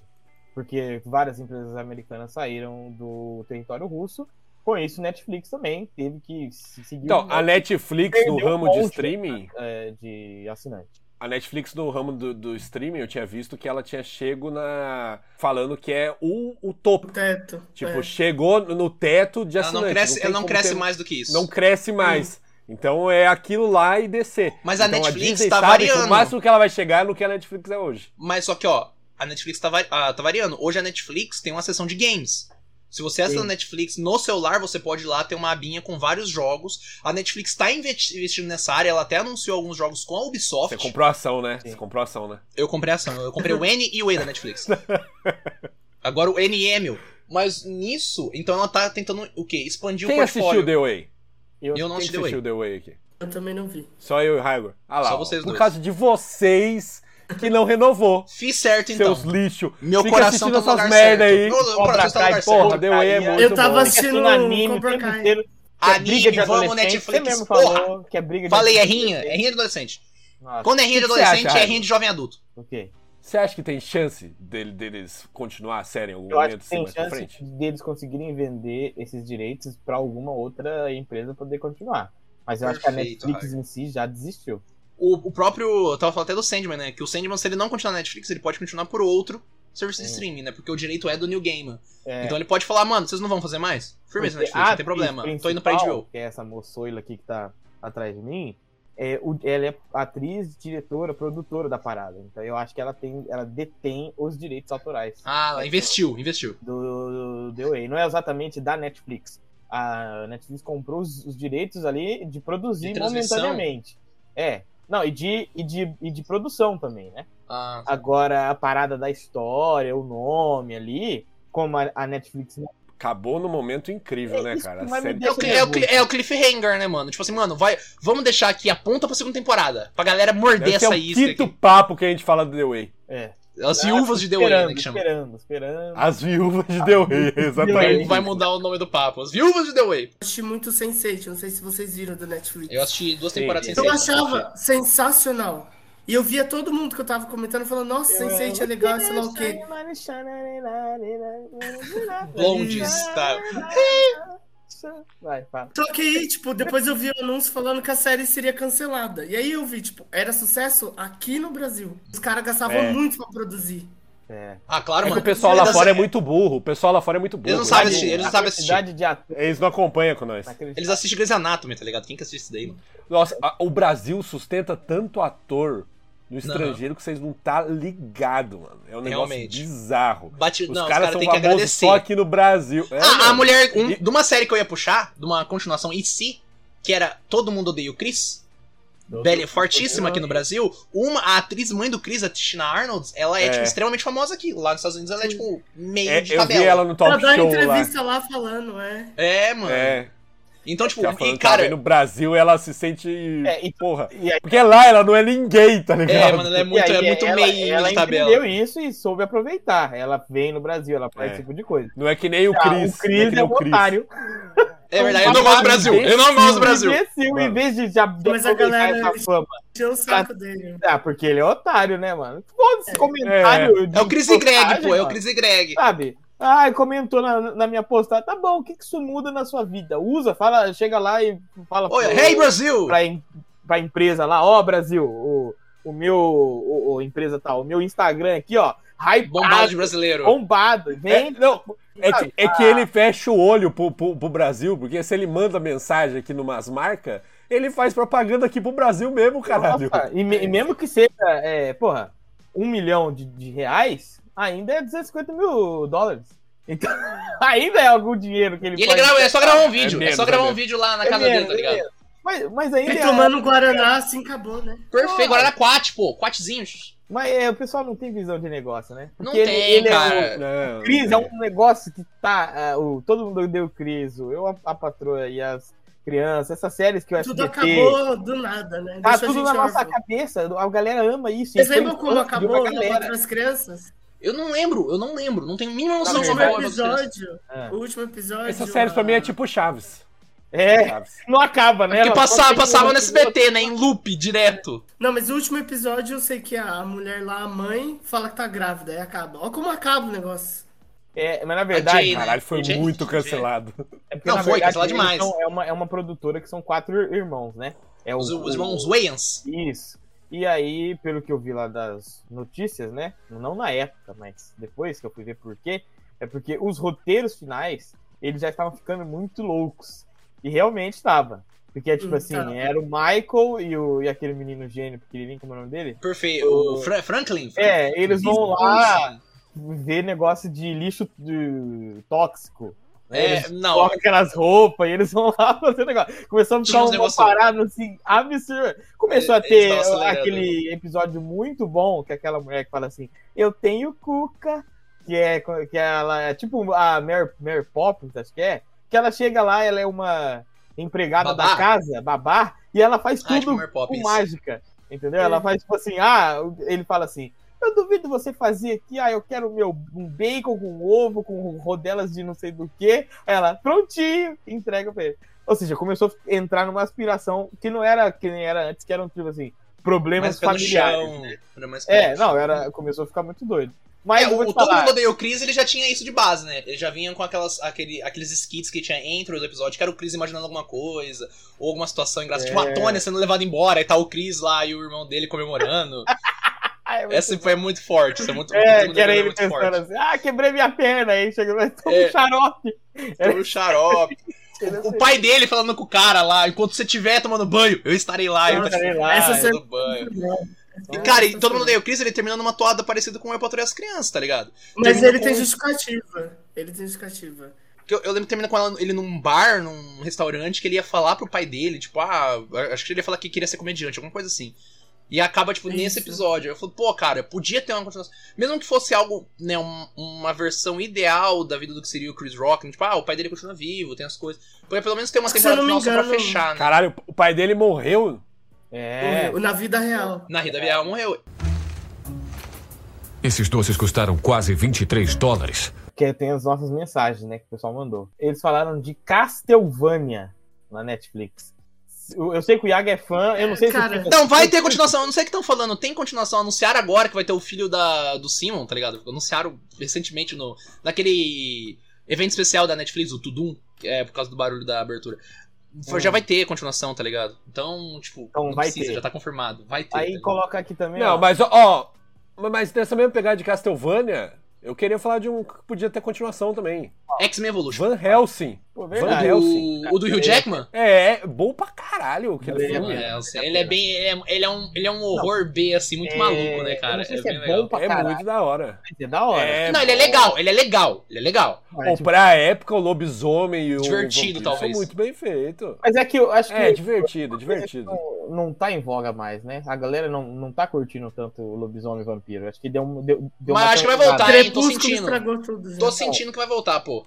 Porque várias empresas americanas saíram do território russo. Com isso, Netflix também teve que se- seguir Então, o- a Netflix Perdeu no um ramo de monte, streaming, é, de assinante. a Netflix no ramo do, do streaming, eu tinha visto que ela tinha chego na. falando que é o, o topo. O teto. Tipo, é. chegou no teto de Ela não assinante. cresce, tem ela não como cresce ter- mais do que isso. Não cresce mais. Então é aquilo lá e descer. Mas a Então, Netflix Disney tá sabe que variando. O máximo que ela vai chegar é no que a Netflix é hoje. Mas só que, ó, a Netflix tá, va- ah, tá variando. Hoje a Netflix tem uma seção de games. Se você assina a Sim. Netflix no celular, você pode ir lá ter uma abinha com vários jogos. A Netflix tá investi- investindo nessa área, ela até anunciou alguns jogos com a Ubisoft. Você comprou ação, né? Sim. Você comprou ação, né? Eu comprei a ação, eu comprei o N e o E da Netflix. Agora o N e M. meu. Mas nisso, então ela tá tentando o quê? Expandir o Quem portfólio. assistiu The Way? Eu não Quem assisti The Way. assistiu The Way aqui? Eu também não vi. Só eu e o Raigor. Ah lá, Só ó, vocês por dois. causa de vocês que não renovou. Fiz certo então. Seus lixo. Meu Fica coração tá assistindo no lugar essas merda certo. aí. Meu- meu Cobra coração tá no Kai, lugar porra, certo. deu aí, é muito Eu tava bom. Fica assistindo assistindo anime o Cobra tempo Kai. inteiro. que é briga Anime, de vamos adolescente. Você Netflix, mesmo porra. falou que é briga de Falei, é adolescente. rinha, é rinha de adolescente. Nossa, Quando é rinha de O Tá. que que você adolescente, acha, é Raigo? rinha de jovem adulto. ok. Você acha que tem chance dele- deles continuar a série em algum Eu acho momento que assim tem mais pra chance frente? deles conseguirem vender esses direitos pra alguma outra empresa poder continuar. Mas eu acho que a Perfeito, Netflix em si já desistiu. O, o próprio. Eu tava falando até do Sandman, né? Que o Sandman, se ele não continuar na Netflix, ele pode continuar por outro serviço de Hum. streaming, né? Porque o direito é do New Gaiman. É, Então ele pode falar, mano, vocês não vão fazer mais? Firmeza, Porque Netflix, ah, a não tem problema. atriz Tô indo pra principal, HBO. Que é essa moçoila aqui que tá atrás de mim. É, o- ela é atriz, diretora, produtora da parada. Então eu acho que ela tem, ela detém os direitos autorais Então. Ah, investiu, investiu. do, do The Way. Não é exatamente da Netflix. A Netflix comprou os, os direitos ali de produzir De transmissão. momentaneamente. É. Não, e de, e, de, e de produção também, né? Ah, Agora, a parada da história, o nome ali, como a, a Netflix não Acabou num momento incrível, É né, isso cara? que A vai me série É o, cli- é, o cli- nervoso. é o cliffhanger, né, mano? Tipo assim, mano, vai, vamos deixar aqui a ponta pra segunda temporada. Pra galera morder Deve ser essa é o isca quinto Ah, aqui. papo que a gente fala do The Way. é. As viúvas de The Way, esperando, né, que chama. Esperando, Ah, esperando. As viúvas de The Way, Vai, exatamente. vai mudar o nome do papo. As viúvas de The Way. Eu assisti muito Sense8, não sei se vocês viram do Netflix. Eu assisti duas Sim. temporadas sem Eu ser. achava sensacional. E eu via todo mundo que eu tava comentando falando, nossa, Sense8 é legal, sei lá o quê. Blondes, tá? Vai, fala. Só que aí, tipo, depois eu vi o anúncio falando que a série seria cancelada. E aí eu vi, tipo, era sucesso aqui no Brasil. Os caras gastavam É. muito pra produzir. É. Ah, claro, É que mano. o pessoal lá Eles- assim, fora é muito burro. O pessoal lá fora é muito burro. Eles não sabem Eles- assistir, assim, eles não A sabem assistir. quantidade de atores, Eles não acompanham com nós. Eles assistem Grey's Anatomy, tá ligado? Quem que assiste isso daí, mano? Nossa, a- o Brasil sustenta tanto ator no estrangeiro que vocês não tá ligado, mano. É um negócio Realmente. bizarro. Bate... Os não, caras os caras são têm que famosos agradecer. só aqui no Brasil. É, Ah, a mano. mulher. um- E- de uma série que eu ia puxar, de uma continuação e se, que era Todo Mundo Odeia o Chris. Bela, fortíssima aqui no Brasil. Uma, a atriz mãe do Chris, a Tina Arnold, ela é, É. tipo, extremamente famosa aqui. Lá nos Estados Unidos ela é, tipo, meio É, de eu vi tabela. ela no Pra talk dar show entrevista lá falando, é. É, mano. lá. É, Então, tipo, que ela falando e, que ela vem cara. no Brasil ela se sente. É, e- Porra. E aí, Porque lá ela não é ninguém, tá ligado? É, mano, ela é muito, e aí é muito ela, meio ela de tabela. entendeu isso e soube aproveitar. Ela vem no Brasil, ela participa de coisa. Não é que nem o Ah, Chris. o Chris não é um que nem o Chris. otário. É verdade, eu não gosto do Brasil. Eu não gosto do Brasil. Imbecil, em Mano. vez de já Mas a galera- aproveitar essa fama. Tinha o saco dele. Ah, porque ele é otário, né, mano? Foda-se, comentário. de É o Chris e Greg, postagem, pô. É o mano. Chris e Greg. Sabe? Ah, comentou na, na minha postagem. Tá bom, o que, que isso muda na sua vida? Usa, fala, chega lá e fala Olha, pro- hey, Brasil! pra, em- pra empresa lá, ó, Brasil, o, o meu. O, o empresa tal, o meu Instagram aqui, ó. Hypado, Bombado bombado, de brasileiro. É, vem. não, é que, é que Ah. ele fecha o olho pro, pro- pro Brasil, porque se ele manda mensagem aqui numas marcas, ele faz propaganda aqui pro Brasil mesmo, caralho. Nossa, e, me- e mesmo que seja, é, porra, um milhão de, de reais, ainda é 250 mil dólares. Então, ainda é algum dinheiro que ele E ele pode- grava, é só gravar um vídeo. É, menos, só gravar é um menos. vídeo lá na É casa mesmo, dele, tá é ligado? mesmo. Mas, mas ainda E é- tomando Guaraná, assim acabou, né? Perfeito. Não. Guaraná Quat, pô. Quatzinhos. Mas é, o pessoal não tem visão de negócio, né? Não Porque ele- tem, ele é cara. Não, é, um Cris é um negócio que tá. ah, o, todo mundo deu Cris, o- eu, a, a patroa e as criança, essas séries que o Tudo SBT... acabou do nada, né? Tá Deixou a tudo gente na nossa órfão. cabeça, a galera ama isso. Vocês e foi lembram como infância de acabou né? uma Lava galera. para as crianças? Eu não lembro, eu não lembro. Não tenho a mínima o noção de último como é que episódio. É. O último episódio. Essas séries pra a- mim é tipo Chaves. É, Chaves. não acaba, né? Porque Ela passava, só passava no tem um outro. SBT, né? Em loop, direto. Não, mas o último episódio eu sei que a mulher lá, a mãe, fala que tá grávida, aí acaba. Olha como acaba o negócio. É, mas na A verdade, Jane, Caralho, foi Gente, muito gente. cancelado. É porque, Não, na foi, verdade, cancelar eles demais. são- é, uma, é uma produtora que são quatro ir- irmãos, né? É o- Os, os irmãos o- Wayans. Isso. E aí, pelo que eu vi lá das notícias, né? Não na época, mas depois que eu fui ver por quê, é porque os roteiros finais, eles já estavam ficando muito loucos. E realmente estava. Porque é tipo Hum, assim, tá. era o Michael e, o, e aquele menino gênio pequenininho, como é o nome dele? Perfeito. O Fra- Franklin? É, eles vão Franklin. lá ver negócio de lixo de- tóxico. É, não. Coloca aquelas roupas e eles vão lá fazer negócio. Começou a Tinha ficar uns uma negócio- parada assim, absurda. Começou a É, Eles ter tavam acelerando. aquele episódio muito bom, que é aquela mulher que fala assim, eu tenho cuca, que é co- que ela é tipo a Mary, Mary Poppins, acho que é, que ela chega lá, ela é uma empregada Babá? da casa, babá, e ela faz Ah, acho que é tudo Mary com Poppins. mágica, entendeu? É. Ela faz tipo assim, ah, ele fala assim, eu duvido você fazer aqui, ah, eu quero meu um bacon com ovo, com rodelas de não sei do que. Ela, prontinho, entrega pra ele. Ou seja, começou a entrar numa aspiração que não era que nem era antes, que era um tipo assim, Mas problemas fica no familiares. chão. era mais É, perto. não, era, começou a ficar muito doido. É, Mas eu o, vou o te Todo falar, Mundo Odeia o Chris, ele já tinha isso de base, né? Ele já vinha com aquelas, aquele, aqueles skits que tinha entre os episódios, que era o Chris imaginando alguma coisa, ou alguma situação engraçada. Tipo, É. a Tônia sendo levada embora, e tá o Chris lá e o irmão dele comemorando. ah, é, Essa foi muito forte, isso é muito, é, muito, que era ele muito pensando assim, ah, quebrei minha perna, aí chegou, mas tô É. com um xarope. O xarope. O pai dele falando com o cara lá, enquanto você estiver tomando banho, eu estarei lá. Eu Eu estarei estarei lá. essa eu- cena- tomando banho. E, Nossa, cara, então e todo mundo sim. odeia o Chris, ele terminando uma toada parecida com Eu Patrulhei as Crianças, tá ligado? Mas Termina ele com tem um- justificativa. Ele tem justificativa. Porque Eu, eu lembro que termina com ela- ele num bar, num restaurante, que ele ia falar pro pai dele, tipo, ah, acho que ele ia falar que queria ser comediante, alguma coisa assim. E acaba, tipo, nesse Isso. episódio. Eu falo, pô, cara, podia ter uma continuação. Mesmo que fosse algo, né, um- uma versão ideal da vida do que seria o Chris Rock, tipo, ah, o pai dele continua vivo, tem as coisas. Podia pelo menos ter uma Se eu temporada não me final só pra engano- fechar, né? Caralho, o pai dele morreu. É, Na vida real. Na Rita Bial morreu. Esses doces custaram quase 23 dólares. que tem as nossas mensagens, né, que o pessoal mandou. Eles falaram de Castlevania na Netflix. Eu eu sei que o Iago é fã, eu não sei Cara, se... Não, vai ter continuação. Eu não sei o que estão falando. Tem continuação. Anunciaram agora que vai ter o filho da, do Simon, tá ligado? Anunciaram recentemente no, naquele evento especial da Netflix, o Tudum, que é por causa do barulho da abertura. Foi- Hum. Já vai ter continuação, tá ligado? Então, tipo, Então, não vai precisa, ter. já tá confirmado. Vai ter. tá Aí ligado? coloca aqui também, Não, ó, mas ó, ó, mas nessa mesma pegada de Castlevania, eu queria falar de um que podia ter continuação também. X-Men Evolution. Van Helsing. pô, O verdade. Van Helsing. do, o do Hugh Jackman? É, é bom pra caralho aquele Valeu, filme. mano. É, assim, ele é bem. Ele é, ele é um, ele é um horror B, assim, muito É, maluco, né, eu cara? não sei É se é bem bom legal. pra É caralho. muito da hora. É da hora. É, Não, ele é legal, ele é legal, ele é legal. Bom, pra época, o lobisomem e o. Divertido, vampiro talvez. São muito bem feito. Mas é que eu acho que É, divertido, divertido. não, não tá em voga mais, né? A galera não, não tá curtindo tanto o lobisomem e vampiro. Acho que deu, um- deu, deu Mas acho que vai cansada. voltar, hein? tô Crepúsculo sentindo. estragou tudo. gente. Tô sentindo que vai voltar, pô.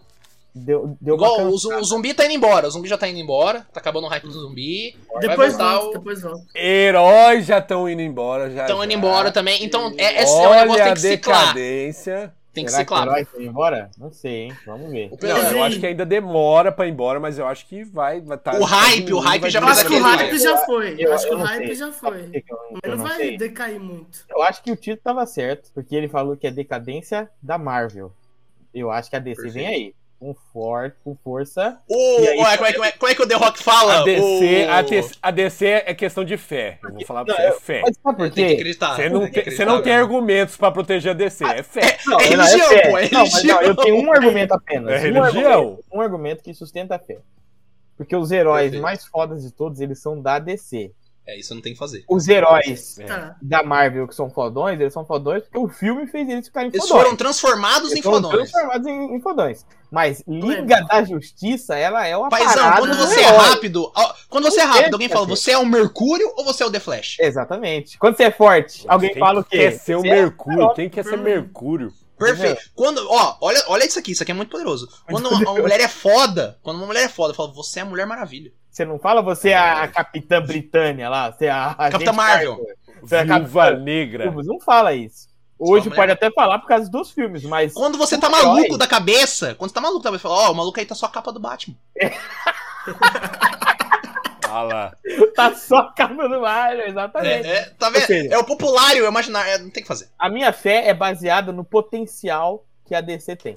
Deu, deu uma Igual o cansada. zu- o zumbi tá indo embora, o zumbi já tá indo embora, tá acabando o hype do zumbi. Depois vai voltar volta, o- depois volta. Heróis já estão indo embora. já. Estão Tá já. indo embora também. Então, é, é, é um Olha negócio que tem a que ciclar. decadência. Tem que Será o ciclar. herói foi embora? Não sei, hein? Vamos ver. O, é Não, eu Sim. acho que ainda demora pra ir embora, mas eu acho que vai. vai tá, O hype, o hype vai já Eu vai acho diminuir. que o daquele hype jeito. já foi. Eu Eu- acho que eu o não hype sei. já Sabe por foi. que que eu, que eu Mas não não vai sei? decair muito. Eu acho que o Tito tava certo, porque ele falou que é decadência da Marvel. Eu acho que a DC vem Perfeito. aí. Com, for, com força. O- E aí- ué, como, é, como, é, como é que o The Rock fala? A DC, O- a, DC, a DC é questão de fé. Eu vou falar pra Não, você, é fé. Mas sabe por Tem que quê? acreditar. Você não, tem que tem, você acreditar, não tem né? argumentos pra proteger a DC, é fé. Não, É não, religião, fé. pô, é Não, mas religião. não, eu tenho um argumento apenas. um É religião. argumento, um argumento que sustenta a fé. Porque os heróis Perfeito. mais fodas de todos, eles são da DC. É, isso não tem que fazer. Os heróis É. Tá. da Marvel que são fodões, eles são fodões porque o filme fez eles ficarem Eles fodões. foram transformados em Eles foram fodões. transformados em, em fodões. Mas Liga da Justiça, ela é uma é Paizão, parada quando do você é herói. rápido, ó, quando você é Não rápido, tem alguém que fala, fazer. você é o Mercúrio ou você é o The Flash? Exatamente. Quando você é forte, alguém Quem fala o quê? Quer ser o Você é- Mercúrio? Quem quer ser Hum. Mercúrio? Perfeito. Quando, ó, olha, olha isso aqui, isso aqui é muito poderoso. Quando uma, uma mulher é foda, quando uma mulher é foda, eu falo, você é a Mulher Maravilha. Você não fala você é a Capitã Britânia lá, você é a. a Capitã Marvel. Você é a Viúva Capitã. Negra. Não fala isso. Hoje Só pode mulher. é- até falar por causa dos filmes, mas. Quando você tá Um Herói. maluco da cabeça, quando você tá maluco da cabeça, fala, ó, o maluco aí tá só a capa do Batman. Ah lá. tá só a capa do Mario, exatamente. É, é, tá Ou seja- vendo? É o popular, é o imaginário, é, não tem o que fazer. A minha fé é baseada no potencial que a DC tem.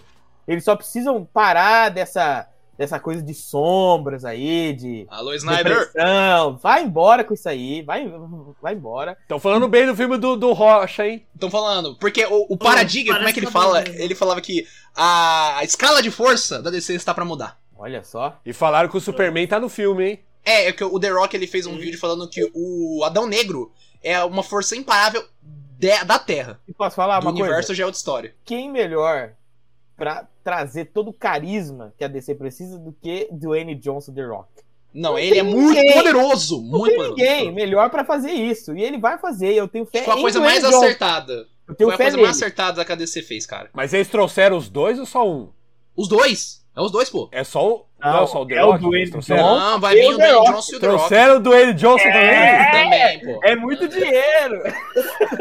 Eles só precisam parar dessa, dessa coisa de sombras aí, de Alô, Snyder. depressão. Vai embora com isso aí, vai, vai embora. Estão falando bem do filme do, do Rocha, hein? Estão falando, porque o, o paradigma, parece como é que ele que fala? tá bom. Ele falava que a, a escala de força da DC está pra mudar. Olha só. E falaram que o Superman tá no filme, hein? É, é que o The Rock ele fez um vídeo falando que o Adão Negro é uma força imparável de- da Terra. E posso falar do uma coisa? universo já é outra história. quem melhor pra trazer todo o carisma que a DC precisa do que Dwayne Johnson The Rock? Não, Não ele é tem muito ninguém. poderoso. Não Muito tem poderoso. ninguém é melhor pra fazer isso. E ele vai fazer, eu tenho fé Foi a em coisa Dwayne mais Johnson. acertada. Eu tenho Foi a fé coisa nele. mais acertada que a DC fez, cara. Mas eles trouxeram os dois ou só um? Os dois. É os dois, pô. É só o. Não, Não, só o The é o do Rock? que Dwayne eles trouxeram? Johnson. É. Ah, vai vir e o o The Dwayne Rock. Johnson e o The Rock. Trouxeram o Dwayne Johnson também? Também, pô. É muito dinheiro.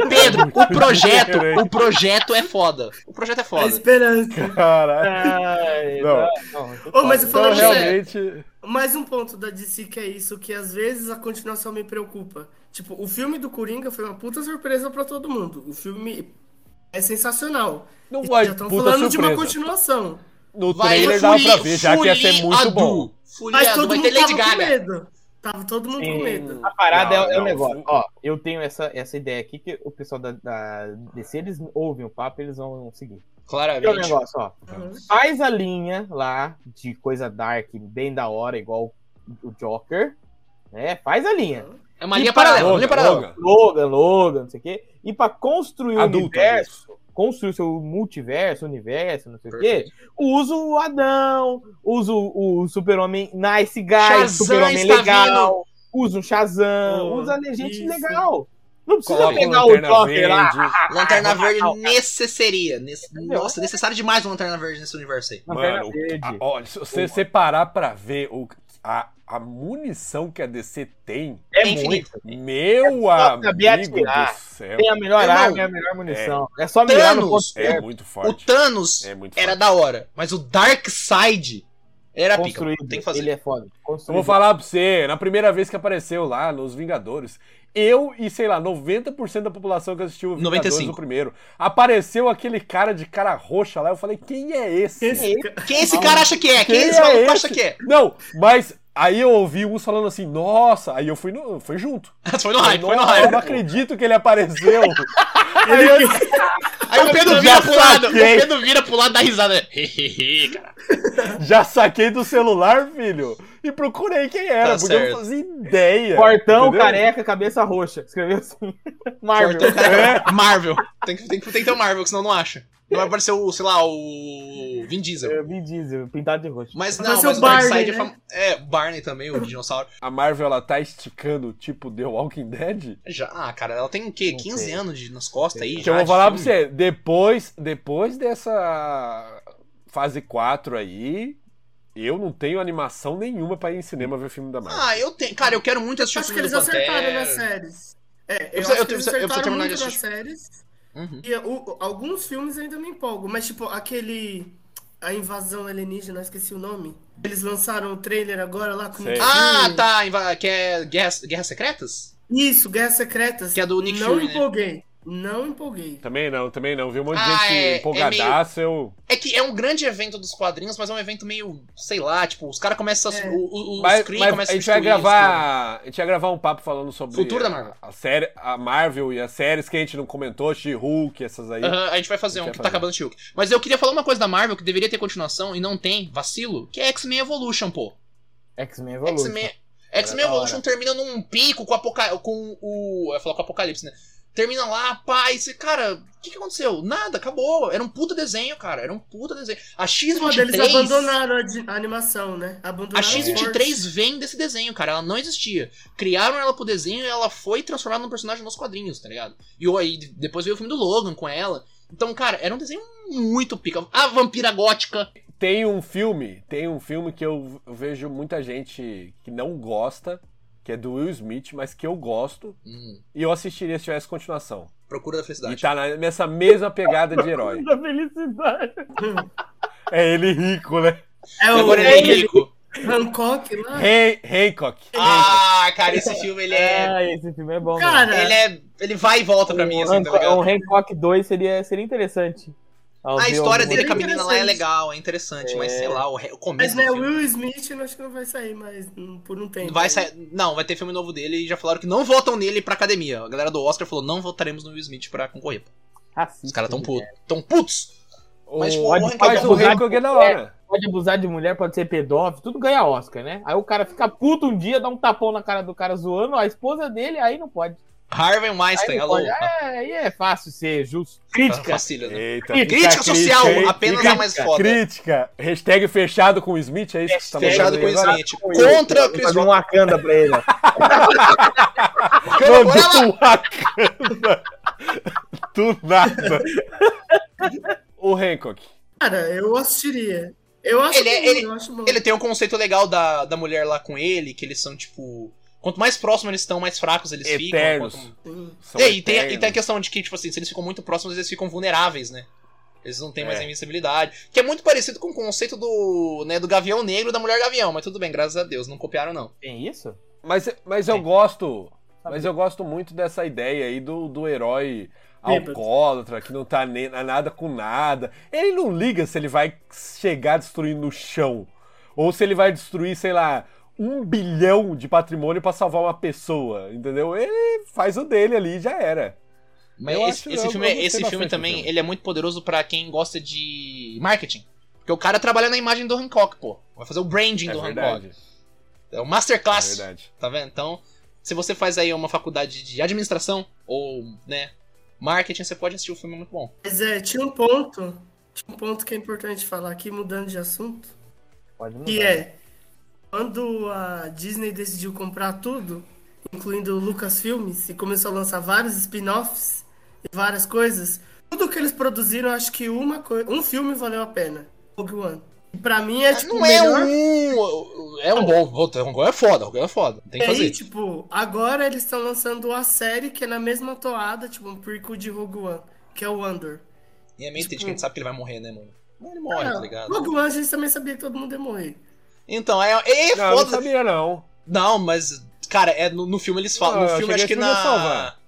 Pedro, o projeto, Diferente. o projeto é foda. O projeto é A foda. esperança. É. Caralho. Ai, Não. não, não, Ô, mas Então, falando sério, realmente. mais um ponto da DC que é isso, que às vezes a continuação me preocupa. Tipo, o filme do Coringa foi uma puta surpresa pra todo mundo. O filme é sensacional. Não E vai. já estão puta falando de uma surpresa. continuação. No Vai, trailer dá pra ver, já que ia ser muito bom. Mas Mas todo vai mundo ter Lady tava com Gaga. medo. Tava todo mundo com medo. A parada Não, é, é não, o negócio. sim. Ó, eu tenho essa, essa ideia aqui que o pessoal da, da DC, eles ouvem o papo, eles vão seguir. Que é o Claramente. negócio, ó. Faz a linha lá de coisa dark, bem da hora, igual o Joker. Né? Faz a linha. É uma E linha para- paralela, uma linha paralela. Logan. Logan, Logan, não sei o quê. E pra construir o Adulto, universo, construir seu multiverso, universo, não sei o quê, Perfeito. usa o Adão, usa o, o super-homem nice guy, Shazam super-homem está legal, usa um Shazam, Oh, usa a gente isso. legal. Não precisa Coloca o pegar o Lanterna Joker lá. Verde. Ah, Lanterna Verde Não, necessaria. nesse- Entendeu? Nossa, necessário demais uma Lanterna Verde nesse universo aí. Lanterna Mano, Verde. a- olha, se você separar pra ver o, a, a munição que a DC tem, É Enfim, muito. meu É só saber amigo do atirar. céu, Tem a melhor Irmão, arma e a melhor munição. É, só mirar no ponto Thanos certo. é muito O forte. Thanos É muito era forte. da hora, mas o Dark Side era pica. construído. Tem que fazer. Ele é foda. Eu vou Construído. falar pra você, na primeira vez que apareceu lá nos Vingadores, eu e, sei lá, 90% da população que assistiu o Vingadores 95. o primeiro, apareceu aquele cara de cara roxa lá, eu falei, quem é esse? Esse- Quem esse cara acha que é? Quem, Quem esse é maluco esse? acha que é? Não, mas aí eu ouvi uns falando assim, nossa, aí eu fui, no, fui junto. foi no hype, foi no Nossa, eu hype. não acredito que ele apareceu. aí eu Aí o Pedro Eu vira já pro lado, o saquei. Pedro vira pro lado da risada. Hehehe, cara. Já saquei do celular, filho, e procurei quem era, Tá porque eu certo. não fazia ideia. Fortão, entendeu? careca, cabeça roxa. Escreveu assim. Marvel. Cortou o então, É. cara. Marvel. Tem que, tem, que, tem que ter o Marvel, que senão não acha. Não vai aparecer o, sei lá, o Vin Diesel. Eu me diesel, pintado de roxo. Mas Vai não, ser mas o o Dark Barney, Side é né? fam... É, o Barney também, o dinossauro. A Marvel, ela tá esticando, tipo, The Walking Dead? Já, ah, cara, ela tem o quê? Não 15 sei. anos de, nas costas aí? Que Então, eu já vou de falar pra filme. você, depois, depois dessa fase 4 aí, eu não tenho animação nenhuma pra ir em cinema ver filme da Marvel. Ah, eu tenho. Cara, eu quero muito assistir o Acho que filme eles do acertaram Pantera. nas séries. É, Eu eu, preciso- eu acho que preciso- eles eu preciso acertaram terminar de muito nas assistir. séries. Uhum. E o- alguns filmes ainda me empolgo, mas tipo, aquele... A invasão alienígena, eu esqueci o nome. Eles lançaram o trailer agora lá com o Sei. Nick Ah, Fury. tá. inva- Que é Guerras, Guerras Secretas? Isso, Guerras Secretas. Que é do Nick Não Fury, né? empolguei. Não empolguei. Também não, também não. Vi um monte de Ah, gente é- é empolgadaço, eu... É que é um grande evento dos quadrinhos, mas é um evento meio, sei lá, tipo, os caras começam a. É. o- o- Os Mas, Kree mas começam a gente vai substituir os gravar. A gente vai gravar um papo falando sobre Futuro da a, né? Marvel. A, série, a Marvel e as séries que a gente não comentou, She-Hulk, essas aí. Aham, a gente vai fazer A um gente que vai tá fazer. acabando de Hulk. Mas eu queria falar uma coisa da Marvel que deveria ter continuação e não tem, vacilo, que é X-Men Evolution, pô. X-Men Evolution. X-Men É, X-Men da hora. Evolution termina num pico com, o apoca- com o. Eu ia falar com o Apocalipse, né? Termina lá, pá, e você, cara, o que, que aconteceu? Nada, acabou. Era um puta desenho, cara. Era um puta desenho. A Foda, eles X23. abandonaram a, di- a animação, né? A Abandonaram X23 vem desse desenho, cara. Ela não existia. Criaram ela pro desenho e ela foi transformada num personagem nos quadrinhos, tá ligado? E aí depois veio o filme do Logan com ela. Então, cara, era um desenho muito pica. A vampira gótica. Tem um filme, tem um filme que eu vejo muita gente que não gosta, que é do Will Smith, mas que eu gosto, Hum, e eu assistiria se tivesse continuação. procura da E felicidade. tá na- nessa mesma pegada de herói. Da felicidade. É ele rico, né? É o Agora ele é rico. Hancock É lá. Han- Hancock. Hancock. Ah, cara, esse filme ele é. Ah, esse filme é bom. né? Cara, Ele é. Ele vai e volta pra mim, assim, tá É Hancock- um ligado? Hancock 2 seria, seria interessante. um Ao A ver um história algum- dele com a menina lá é interessante. legal, é interessante, mas É. sei lá, o re- o mas começo do né, filme. Will Smith eu acho que não vai sair mais hum, por um tempo. Vai sair. Não, vai ter filme novo dele e já falaram que não votam nele pra academia. A galera do Oscar falou: não votaremos no Will Smith pra concorrer. Racista, Os caras tão né? putos. Tão putos! Mas, tipo, O- o Hancock Mas é o um Hancock é da hora. Pode abusar de mulher, pode ser pedófilo, tudo ganha Oscar, né? Aí o cara fica puto um dia, dá um tapão na cara do cara zoando, a esposa dele, aí não pode. Harvey Aí, Weinstein, não alô. pode. Ah, É, aí é fácil ser justo. Tá Crítica. facilho, né? Eita. Crítica, Crítica social, hein? apenas Crítica, a mais foda. Crítica. Hashtag fechado com o Smith, é isso que você tá Fechado mandando com o aí agora? Smith. Contra o Chris Fazer um Rock. Wakanda pra ele. ó. Agora lá. Mandou um Wakanda. Do nada. o Hancock. Cara, eu assistiria. Eu acho Ele é- bom, ele- eu acho bom. Ele tem um conceito legal da, da mulher lá com ele, que eles são, tipo. Quanto mais próximos eles estão, mais fracos eles Eternos. ficam. Quanto... Sim. São É, e, tem, a- eternos. e tem a questão de que, tipo assim, se eles ficam muito próximos, eles ficam vulneráveis, né? Eles não têm mais É. a invencibilidade. Que é muito parecido com o conceito do, né, do Gavião Negro e da Mulher Gavião, mas tudo bem, graças a Deus, não copiaram, não. Tem isso? Mas, mas eu Sim. gosto. Mas eu gosto muito dessa ideia aí do, do herói Bêbado. alcoólatra, que não tá nem, nada com nada. Ele não liga se ele vai chegar destruindo o chão. Ou se ele vai destruir, sei lá, um bilhão de patrimônio pra salvar uma pessoa. Entendeu? Ele faz o dele ali e já era. Mas Eu esse, acho- esse eu- filme, eu gostei esse filme bastante do também, filme. ele é muito poderoso pra quem gosta de marketing. Porque o cara trabalha na imagem do Hancock, pô. Vai fazer o branding É do Hancock. verdade. É o É masterclass, verdade. tá vendo? Então, se você faz aí uma faculdade de administração ou, né, marketing, você pode assistir o filme, é muito bom. Mas é, tinha um ponto. Tinha um ponto que é importante falar aqui, mudando de assunto. Pode mudar. Que é, quando a Disney decidiu comprar tudo, incluindo o Lucasfilmes, e começou a lançar vários spin-offs e várias coisas, tudo que eles produziram, acho que uma coi- um filme valeu a pena. Rogue One. E pra mim é tipo não o melhor. é um... É um bom... Volta, Rogue One é foda, Rogue One é foda. Tem E que aí, fazer. tipo, agora eles estão lançando a série que é na mesma toada, tipo, um prequel de Rogue One, que é o Andor. E é meio triste tipo- que a gente sabe que ele vai morrer, né, mano? Mas ele morre, tá Ah, ligado? Rogue One a gente também sabia que todo mundo ia morrer. Então, é, é Não, eu não foda. sabia, não. Não, mas... Cara, é no, no filme eles falam. Não, eu no filme, achei acho que que esse filme ia na... salvar.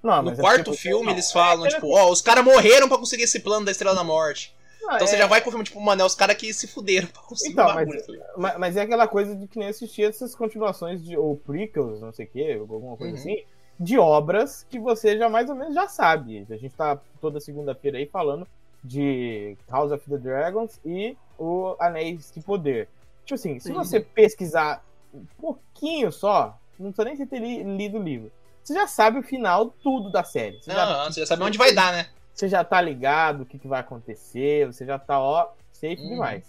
Não, No mas é quarto tipo- filme, não, eles falam, é- tipo, ó, os caras morreram pra conseguir esse plano da Estrela da Morte. não, Então é- você já vai com o filme, tipo, mano, é os caras que se fuderam pra conseguir Então, o bagulho. mas- tá ligado? Ma- Mas, é aquela coisa de que nem assistir essas continuações de, ou prequels, não sei o que, alguma coisa Uhum. assim, de obras que você já mais ou menos já sabe. A gente tá toda segunda-feira aí falando de House of the Dragons e o Anéis de Poder. Tipo assim, se Sim. você pesquisar um pouquinho só, não precisa nem você ter li- lido o livro. Você já sabe o final tudo da série. Você, já, Não, você já sabe onde vai dar, né? você já tá ligado o que, que vai acontecer, você já tá, ó, safe Uhum. demais.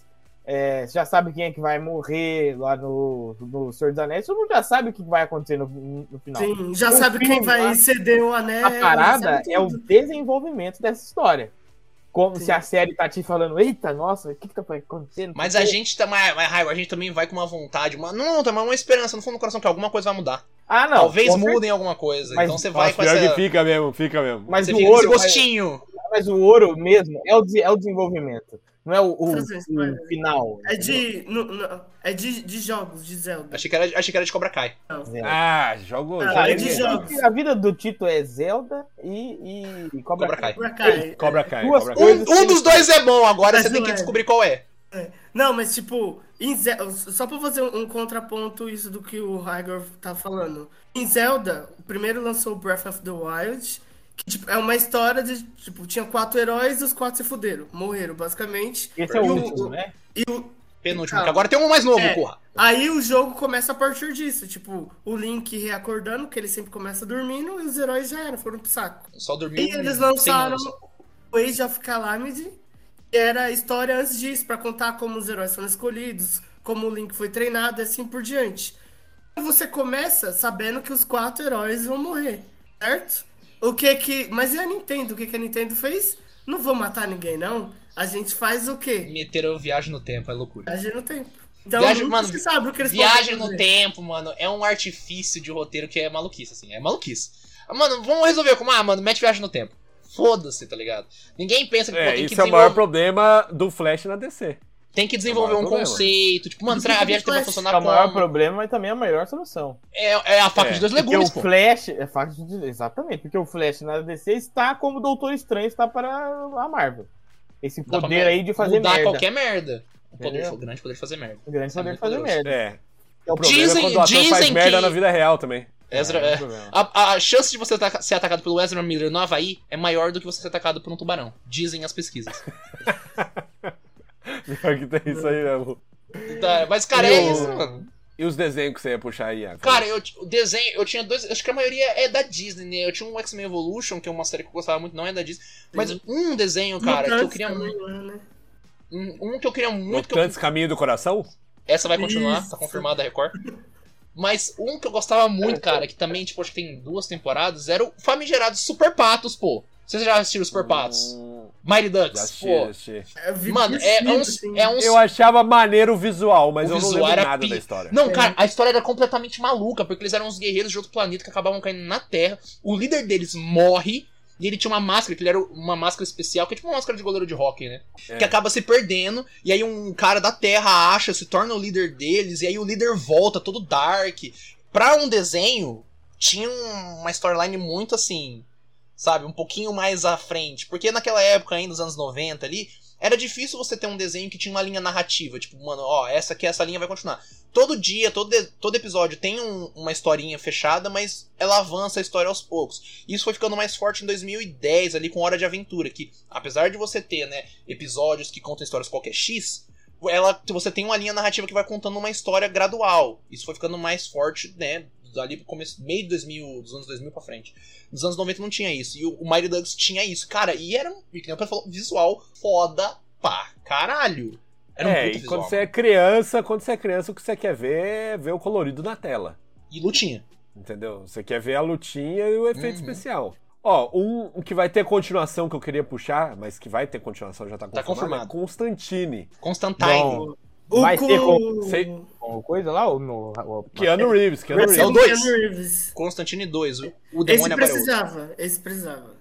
É, você já sabe quem é que vai morrer lá no, no Senhor dos Anéis, todo mundo já sabe o que vai acontecer no, no final. Sim, já O sabe quem filme lá- vai ceder o anel. a parada sabe é o tudo. desenvolvimento dessa história. Como Sim. se a série tá te falando, eita, nossa, o que, que tá acontecendo? Mas Por a quê?" gente tá. Mas, mas, Raigo, a gente também vai com uma vontade, uma. Não, tá, mas uma esperança no fundo do coração que alguma coisa vai mudar. Ah, não. Talvez com certeza. mudem alguma coisa. Mas- então você vai Mas com pior que essa. fica mesmo, fica mesmo. Mas Você o, fica com esse ouro, mas, gostinho. mas o ouro mesmo é o, de- é o desenvolvimento. Não é o, o- Fazer spoiler. o final. É de. no- no- é de, de jogos, de Zelda. Achei que, era, achei que era de Cobra Kai. entendeu? Ah, jogo. Ah, jogo de é de ninguém. jogos. A vida do Tito é Zelda e, e, e Cobra, Cobra Kai. Cobra Kai. Cobra Kai. Duas Cobra Kai. coisas. Um, um dos dois é bom, agora Mas você tem não que é. descobrir qual é. Não, mas tipo, em Ze- só pra fazer um, um contraponto isso do que o Hygor tá falando. Em Zelda, o primeiro lançou Breath of the Wild, que tipo, é uma história de, tipo, tinha quatro heróis e os quatro se fuderam, morreram basicamente. Esse é o E o- último, né? E o- Penúltimo, Ah. que agora tem um mais novo, É. porra. aí o jogo começa a partir disso, tipo, o Link reacordando, que ele sempre começa dormindo, e os heróis já eram, foram pro saco. Só dormiu. E eles cem lançaram anos. o Age of Calamity, que era a história antes disso, pra contar como os heróis foram escolhidos, como o Link foi treinado e assim por diante. E Você começa sabendo que os quatro heróis vão morrer, certo? O que que. Mas e a Nintendo? O que, que a Nintendo fez? não vou matar ninguém, não. A gente faz o quê? Meteram viagem no tempo, é loucura. Viagem no tempo. Então, Viagem- nunca mano, se sabe o que eles Viagem podem no fazer. tempo, mano, é um artifício de roteiro que é maluquice, assim, é maluquice. Mano, vamos resolver como, ah, mano, mete viagem no tempo. Foda-se, tá ligado? Ninguém pensa que pô, É, tem, que isso é o maior desenvolver- problema do Flash na DC. tem que desenvolver é o um maior problema. conceito. Tipo, mano, será que a viagem no tempo vai funcionar É o maior como? problema e também a melhor solução. É, é a faca É, de dois Porque legumes, o pô. Flash. É fato de... Exatamente, porque o Flash na DC está como o Doutor Estranho está para a Marvel. Esse Dá pra poder aí de fazer Mudar merda. qualquer merda. O poder, Entendeu? o grande poder de fazer merda. O grande Isso é poder de muito fazer poderoso. merda. É. É o O problema Dizem- é quando o ator faz dizem merda que- na vida real também. Ezra, É, é, é um problema. a, a chance de você ataca- ser atacado pelo Ezra Miller no Havaí é maior do que você ser atacado por um tubarão. Dizem as pesquisas. Pior que tem isso aí né, mesmo. Tá, Mas, cara, é Eu- isso, mano. E os desenhos que você ia puxar aí, Iago? Cara, é eu t- o desenho, eu tinha dois. Acho que a maioria é da Disney, né? Eu tinha um X-Men Evolution, que é uma série que eu gostava muito, não é da Disney. Mas um desenho, cara, que eu Mutantes queria muito. também lá, né? Um um que eu queria muito. Que eu- Mutantes Caminho do Coração? Essa vai continuar, Isso. tá confirmada a Record. Mas um que eu gostava muito, cara, que também, tipo, acho que tem duas temporadas, era o famigerado Super Patos, pô. Vocês já assistiram Super Patos? Hum, Mighty Já Ducks, assisti, já pô. assisti. Eu vi Mano, por é, é cima, um. assim. É um Eu achava maneiro o visual, mas eu não visual lembro era nada pi- da história. Não, cara, a história era completamente maluca, porque eles eram uns guerreiros de outro planeta que acabavam caindo na Terra. O líder deles morre. E ele tinha uma máscara, que ele era uma máscara especial, que é tipo uma máscara de goleiro de hockey, né? É. Que acaba se perdendo, e aí um cara da Terra acha, se torna o líder deles, e aí o líder volta, todo dark. Pra um desenho, tinha um- uma storyline muito assim, sabe? Um pouquinho mais à frente. Porque naquela época ainda, dos anos 90 ali, era difícil você ter um desenho que tinha uma linha narrativa. Tipo, mano, ó, essa aqui, essa linha vai continuar. Todo dia, todo, de- todo episódio tem um- uma historinha fechada, mas ela avança a história aos poucos. Isso foi ficando mais forte em 2010, ali com Hora de Aventura, que apesar de você ter, né, episódios que contam histórias qualquer X, ela, você tem uma linha narrativa que vai contando uma história gradual. Isso foi ficando mais forte, né, ali pro começo, meio de 2000, dos anos 2000 pra frente. Nos anos 90 não tinha isso. E o, o Mighty Ducks tinha isso. Cara, e era, um- e que nem o Pedro falou, visual foda pá, caralho. Era um é, puta e quando visual. você é criança, quando você é criança, o que você quer ver é ver o colorido na tela. E lutinha. Entendeu? Você quer ver a lutinha e o efeito Uhum. especial. Ó, um que vai ter continuação que eu queria puxar, mas que vai ter continuação, já tá Tá confirmado, é confirmado. Constantine. Constantine. Não. O Vai ter com- sei- Alguma coisa lá? Ou no, ou- Keanu Reeves, Keanu vai ser É Reeves. o com dois. Keanu Reeves. Constantine 2, o, o Esse demônio é apareceu. precisava, esse precisava.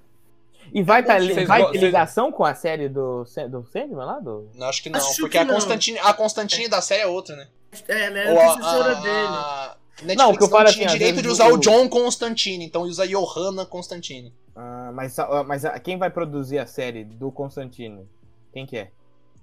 E vai, tá, li- Vocês vai go- ter vocês- ligação com a série do, Sa- do Sandman lá? Do... Não, acho que não, Acho porque que a não. Constantine, a Constantine da série é outra, né? É, ela Ou a, era Ah. a professora a- dele. a Netflix Não, o não, que eu falo é assim, tinha às direito vezes de usar o- o John Constantine, então usa a Johanna Constantine. Ah, mas ah, mas ah, quem vai produzir a série do Constantino? Quem que é?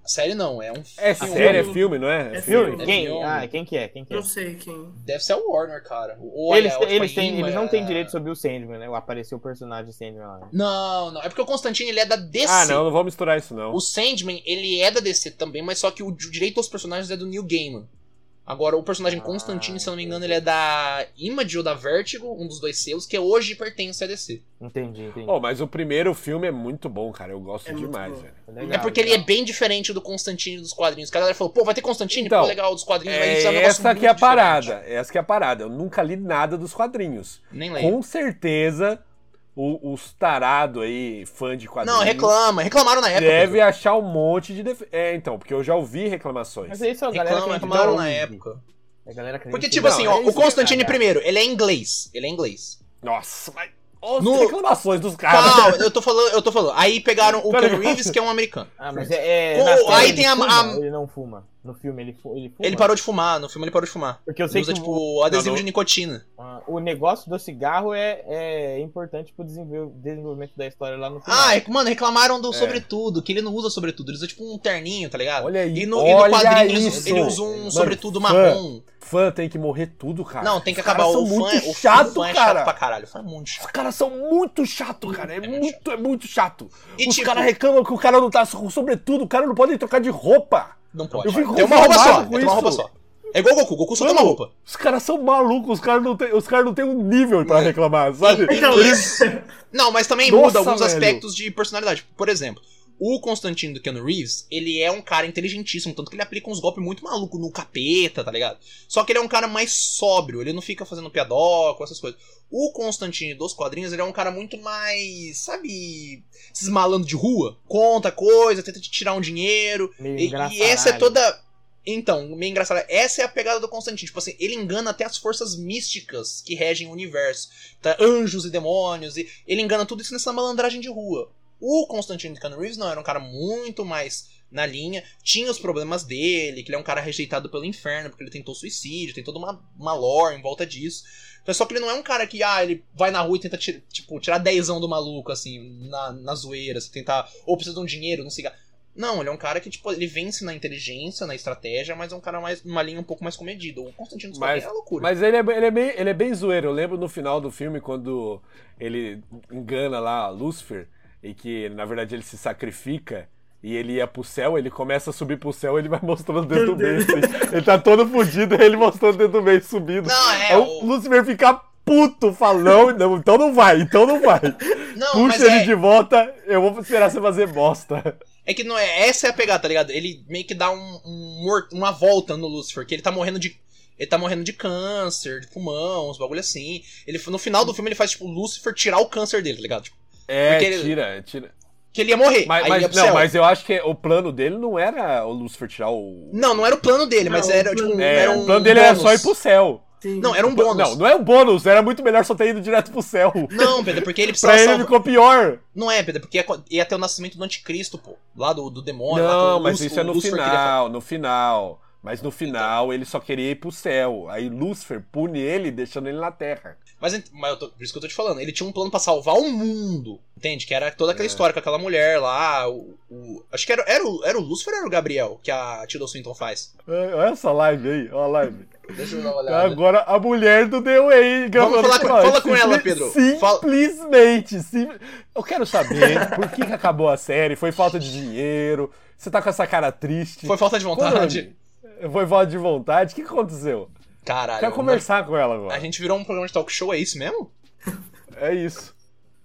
A série não, é um É filme. série, é filme, não é? É Filme? né? filme. Quem? Filme. Ah, quem que é? Quem que é? Não sei quem. Deve ser a Warner, cara. Ou Eles, é a têm- outra eles, têm- Ima, eles não é- têm direito sobre o Sandman, né? Apareceu o personagem Sandman lá. né? Não, não. É porque o Constantine ele é da DC. Ah, não, não vou misturar isso, não. O Sandman, ele é da DC também, mas só que o direito aos personagens é do Neil Gaiman. Agora, o personagem Ah, Constantine, se eu não me entendi. engano, ele é da Image ou da Vertigo, um dos dois selos, que hoje pertence à DC. Entendi, entendi. Oh, mas o primeiro filme é muito bom, cara. Eu gosto É muito demais, bom. velho. Legal, é porque legal. ele é bem diferente do Constantine dos quadrinhos. A galera falou, pô, vai ter Constantine? Então, pô, legal, dos quadrinhos. vai ser um É negócio essa que muito é a diferente." parada. Essa que é a parada. Eu nunca li nada dos quadrinhos. Nem lembro. Com certeza, o- os tarado aí, fã de quadrinhos. Não, reclama. Reclamaram na época. Deve Pedro. achar um monte de. Def... É, então, porque eu já ouvi reclamações. Mas isso é a galera Reclama, que reclamaram na época. A galera que a gente Porque, não- tipo assim, é ó, isso o que Constantine caga. primeiro, ele é inglês. Ele é inglês. Nossa, mas. Olha No- as reclamações dos caras. né? Calma, eu tô falando, eu tô falando. Aí pegaram o Tá Keanu ligado? Reeves, que é um americano. Ah, mas é. é Ou- na série aí ele tem a- fuma, a- Ele não fuma. No filme ele, fu- ele fuma. Ele parou de fumar, no filme ele parou de fumar. Porque eu Ele sei usa, que o- tipo, o adesivo Não, não. de nicotina. ah, o negócio do cigarro é, é importante pro desenvol- desenvolvimento da história lá no filme. Ah, é que, mano, reclamaram do sobretudo, que ele não usa sobretudo. Ele usa, tipo, um terninho, tá ligado? Olha aí, E no, e no olha quadrinho ele isso. usa- ele usa um Mano, sobretudo fã. marrom. Fã tem que morrer tudo, cara. Não, tem que Os caras acabar o são fã. muito o fã- chato, o fã é cara. chato pra caralho. O fã é muito chato. Os caras são muito chato, cara. É, muito, é muito chato. E Os tipo- caras reclamam que o cara não tá com sobretudo, o cara não pode trocar de roupa. Não Eu pode. fico Tem uma roupa conformado só. com Tem uma roupa isso. só. É igual o Goku. Goku só tem uma Mano, roupa. Os caras são malucos, os caras não têm cara não tem um nível pra reclamar, sabe? Então, Não, mas também muda Nossa, alguns velho. aspectos de personalidade. Por exemplo, O Constantino do Keanu Reeves, ele é um cara inteligentíssimo, tanto que ele aplica uns golpes muito maluco no capeta, tá ligado? Só que ele é um cara mais sóbrio, ele não fica fazendo piadoco, essas coisas. O Constantino dos quadrinhos, ele é um cara muito mais, sabe, esses malandro de rua, conta coisa, tenta te tirar um dinheiro, Meio e, engraçado. e essa é toda. Então, meio engraçada. Essa é a pegada do Constantino. Tipo assim, ele engana até as forças místicas que regem o universo. Tá? Anjos e demônios. E... Ele engana tudo isso nessa malandragem de rua. O Constantino de Keanu Reeves não era um cara muito mais na linha. Tinha os problemas dele, que ele é um cara rejeitado pelo inferno, porque ele tentou suicídio, tem toda uma, uma lore em volta disso. Mas Só que ele não é um cara que, ah, ele vai na rua e tenta ti- tipo, tirar dezão do maluco, assim, na, na zoeira, assim, tentar. Ou precisa de um dinheiro, não sei. Não, ele é um cara que, tipo, ele vence na inteligência, na estratégia, mas é um cara mais numa linha um pouco mais comedida. O Constantino Mas- Scorpion é loucura. Mas ele é, ele, é bem, ele é bem zoeiro. Eu lembro no final do filme, quando ele engana lá a Lúcifer, e que na verdade ele se sacrifica, e ele ia pro céu, ele começa a subir pro céu, ele vai mostrando o dedo Meu bem. Deus. assim. Ele tá todo fudido, ele mostrando o dedo bem subindo. Não, é, Aí o- o Lúcifer fica puto, fala, não, não, então não vai, então não vai. Não, mas Puxa ele é, de volta, eu vou esperar você fazer bosta. é que não é. Essa é a pegada, tá ligado? Ele meio que dá um, um mor- uma volta no Lucifer, que ele tá morrendo de. Ele tá morrendo de câncer, de pulmão, uns bagulho assim. Ele, no final do filme ele faz, tipo, o Lucifer tirar o câncer dele, tá ligado? Tipo, É, Porque ele- tira, tira. que ele ia morrer. Mas, aí mas- ia pro não, céu. mas eu acho que o plano dele não era o Lúcifer tirar o. não, não era o plano dele, mas Não, era, o tipo, plano- É, era um o plano dele era só bônus. ir pro céu. Sim. Não, era um bônus. Não, não é um bônus, era muito melhor só ter ido direto pro céu. Não, Pedro, porque ele precisava pra ele salvar- ficou pior. Não é, Pedro, porque ia, co- ia ter o nascimento do anticristo, pô. Lá do, do demônio. lá que Não, o mas Lúcio- isso é o no Lúcifer queria falar. final, no final. Mas no final ele só queria ir pro céu. Aí Lúcifer pune ele, deixando ele na terra. Mas, ent- mas eu tô- por isso que eu tô te falando. Ele tinha um plano pra salvar o mundo. Entende? Que era toda aquela história com aquela mulher lá. O, o- acho que era, era, o, era o Lúcifer ou era o Gabriel que a Tilda Swinton faz? É, Olha essa live aí, olha a live. Deixa eu dar uma Agora a mulher do The Way gravando falar com- nós. fala com ela, Pedro. Fala- Simplesmente. sim- Eu quero saber por que, que acabou a série. Foi falta de dinheiro. Você tá com essa cara triste. Foi falta de vontade. Conrad, Foi falta de vontade. O que que aconteceu? Caralho. Quero conversar com ela A agora. gente virou um programa de talk show, é isso mesmo? É isso.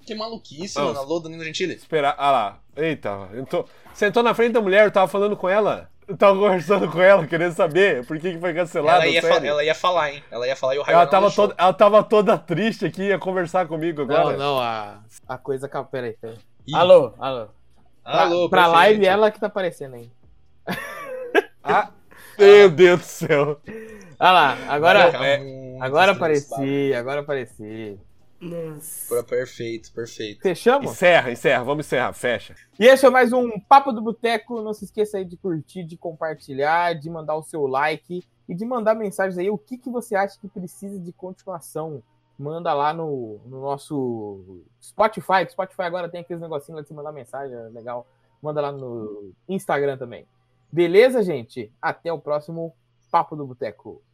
Que maluquice, Não. mano. Alô, Danilo Gentili. Esperar. Ah lá. Eita. entrou- Sentou na frente da mulher, eu tava falando com ela. Eu tava conversando com ela, querendo saber por que, que foi cancelado. Ela ia, fa- sério. ela ia falar, hein? Ela ia falar e o Raimundo Ela não tava, deixou. toda, ela tava toda triste aqui, ia conversar comigo Não, agora. não, a, a coisa acabou. Peraí, peraí. Ih. Alô, alô. Pra, Alô, pra perfeito. live ela que tá aparecendo aí. Ah, meu Deus do céu. Olha lá, agora, Caraca, é- muito agora estresse, apareci, agora apareci. Nossa. Foi Perfeito, perfeito. Fechamos? Encerra, encerra, vamos encerrar, fecha. E esse é mais um Papo do Boteco. Não se esqueça aí de curtir, de compartilhar, de mandar o seu like e de mandar mensagens aí. O que, que você acha que precisa de continuação? Manda lá no, no nosso Spotify. que Spotify agora tem aqueles negocinhos lá de você mandar mensagem, é legal. Manda lá no Instagram também. Beleza, gente? Até o próximo Papo do Boteco.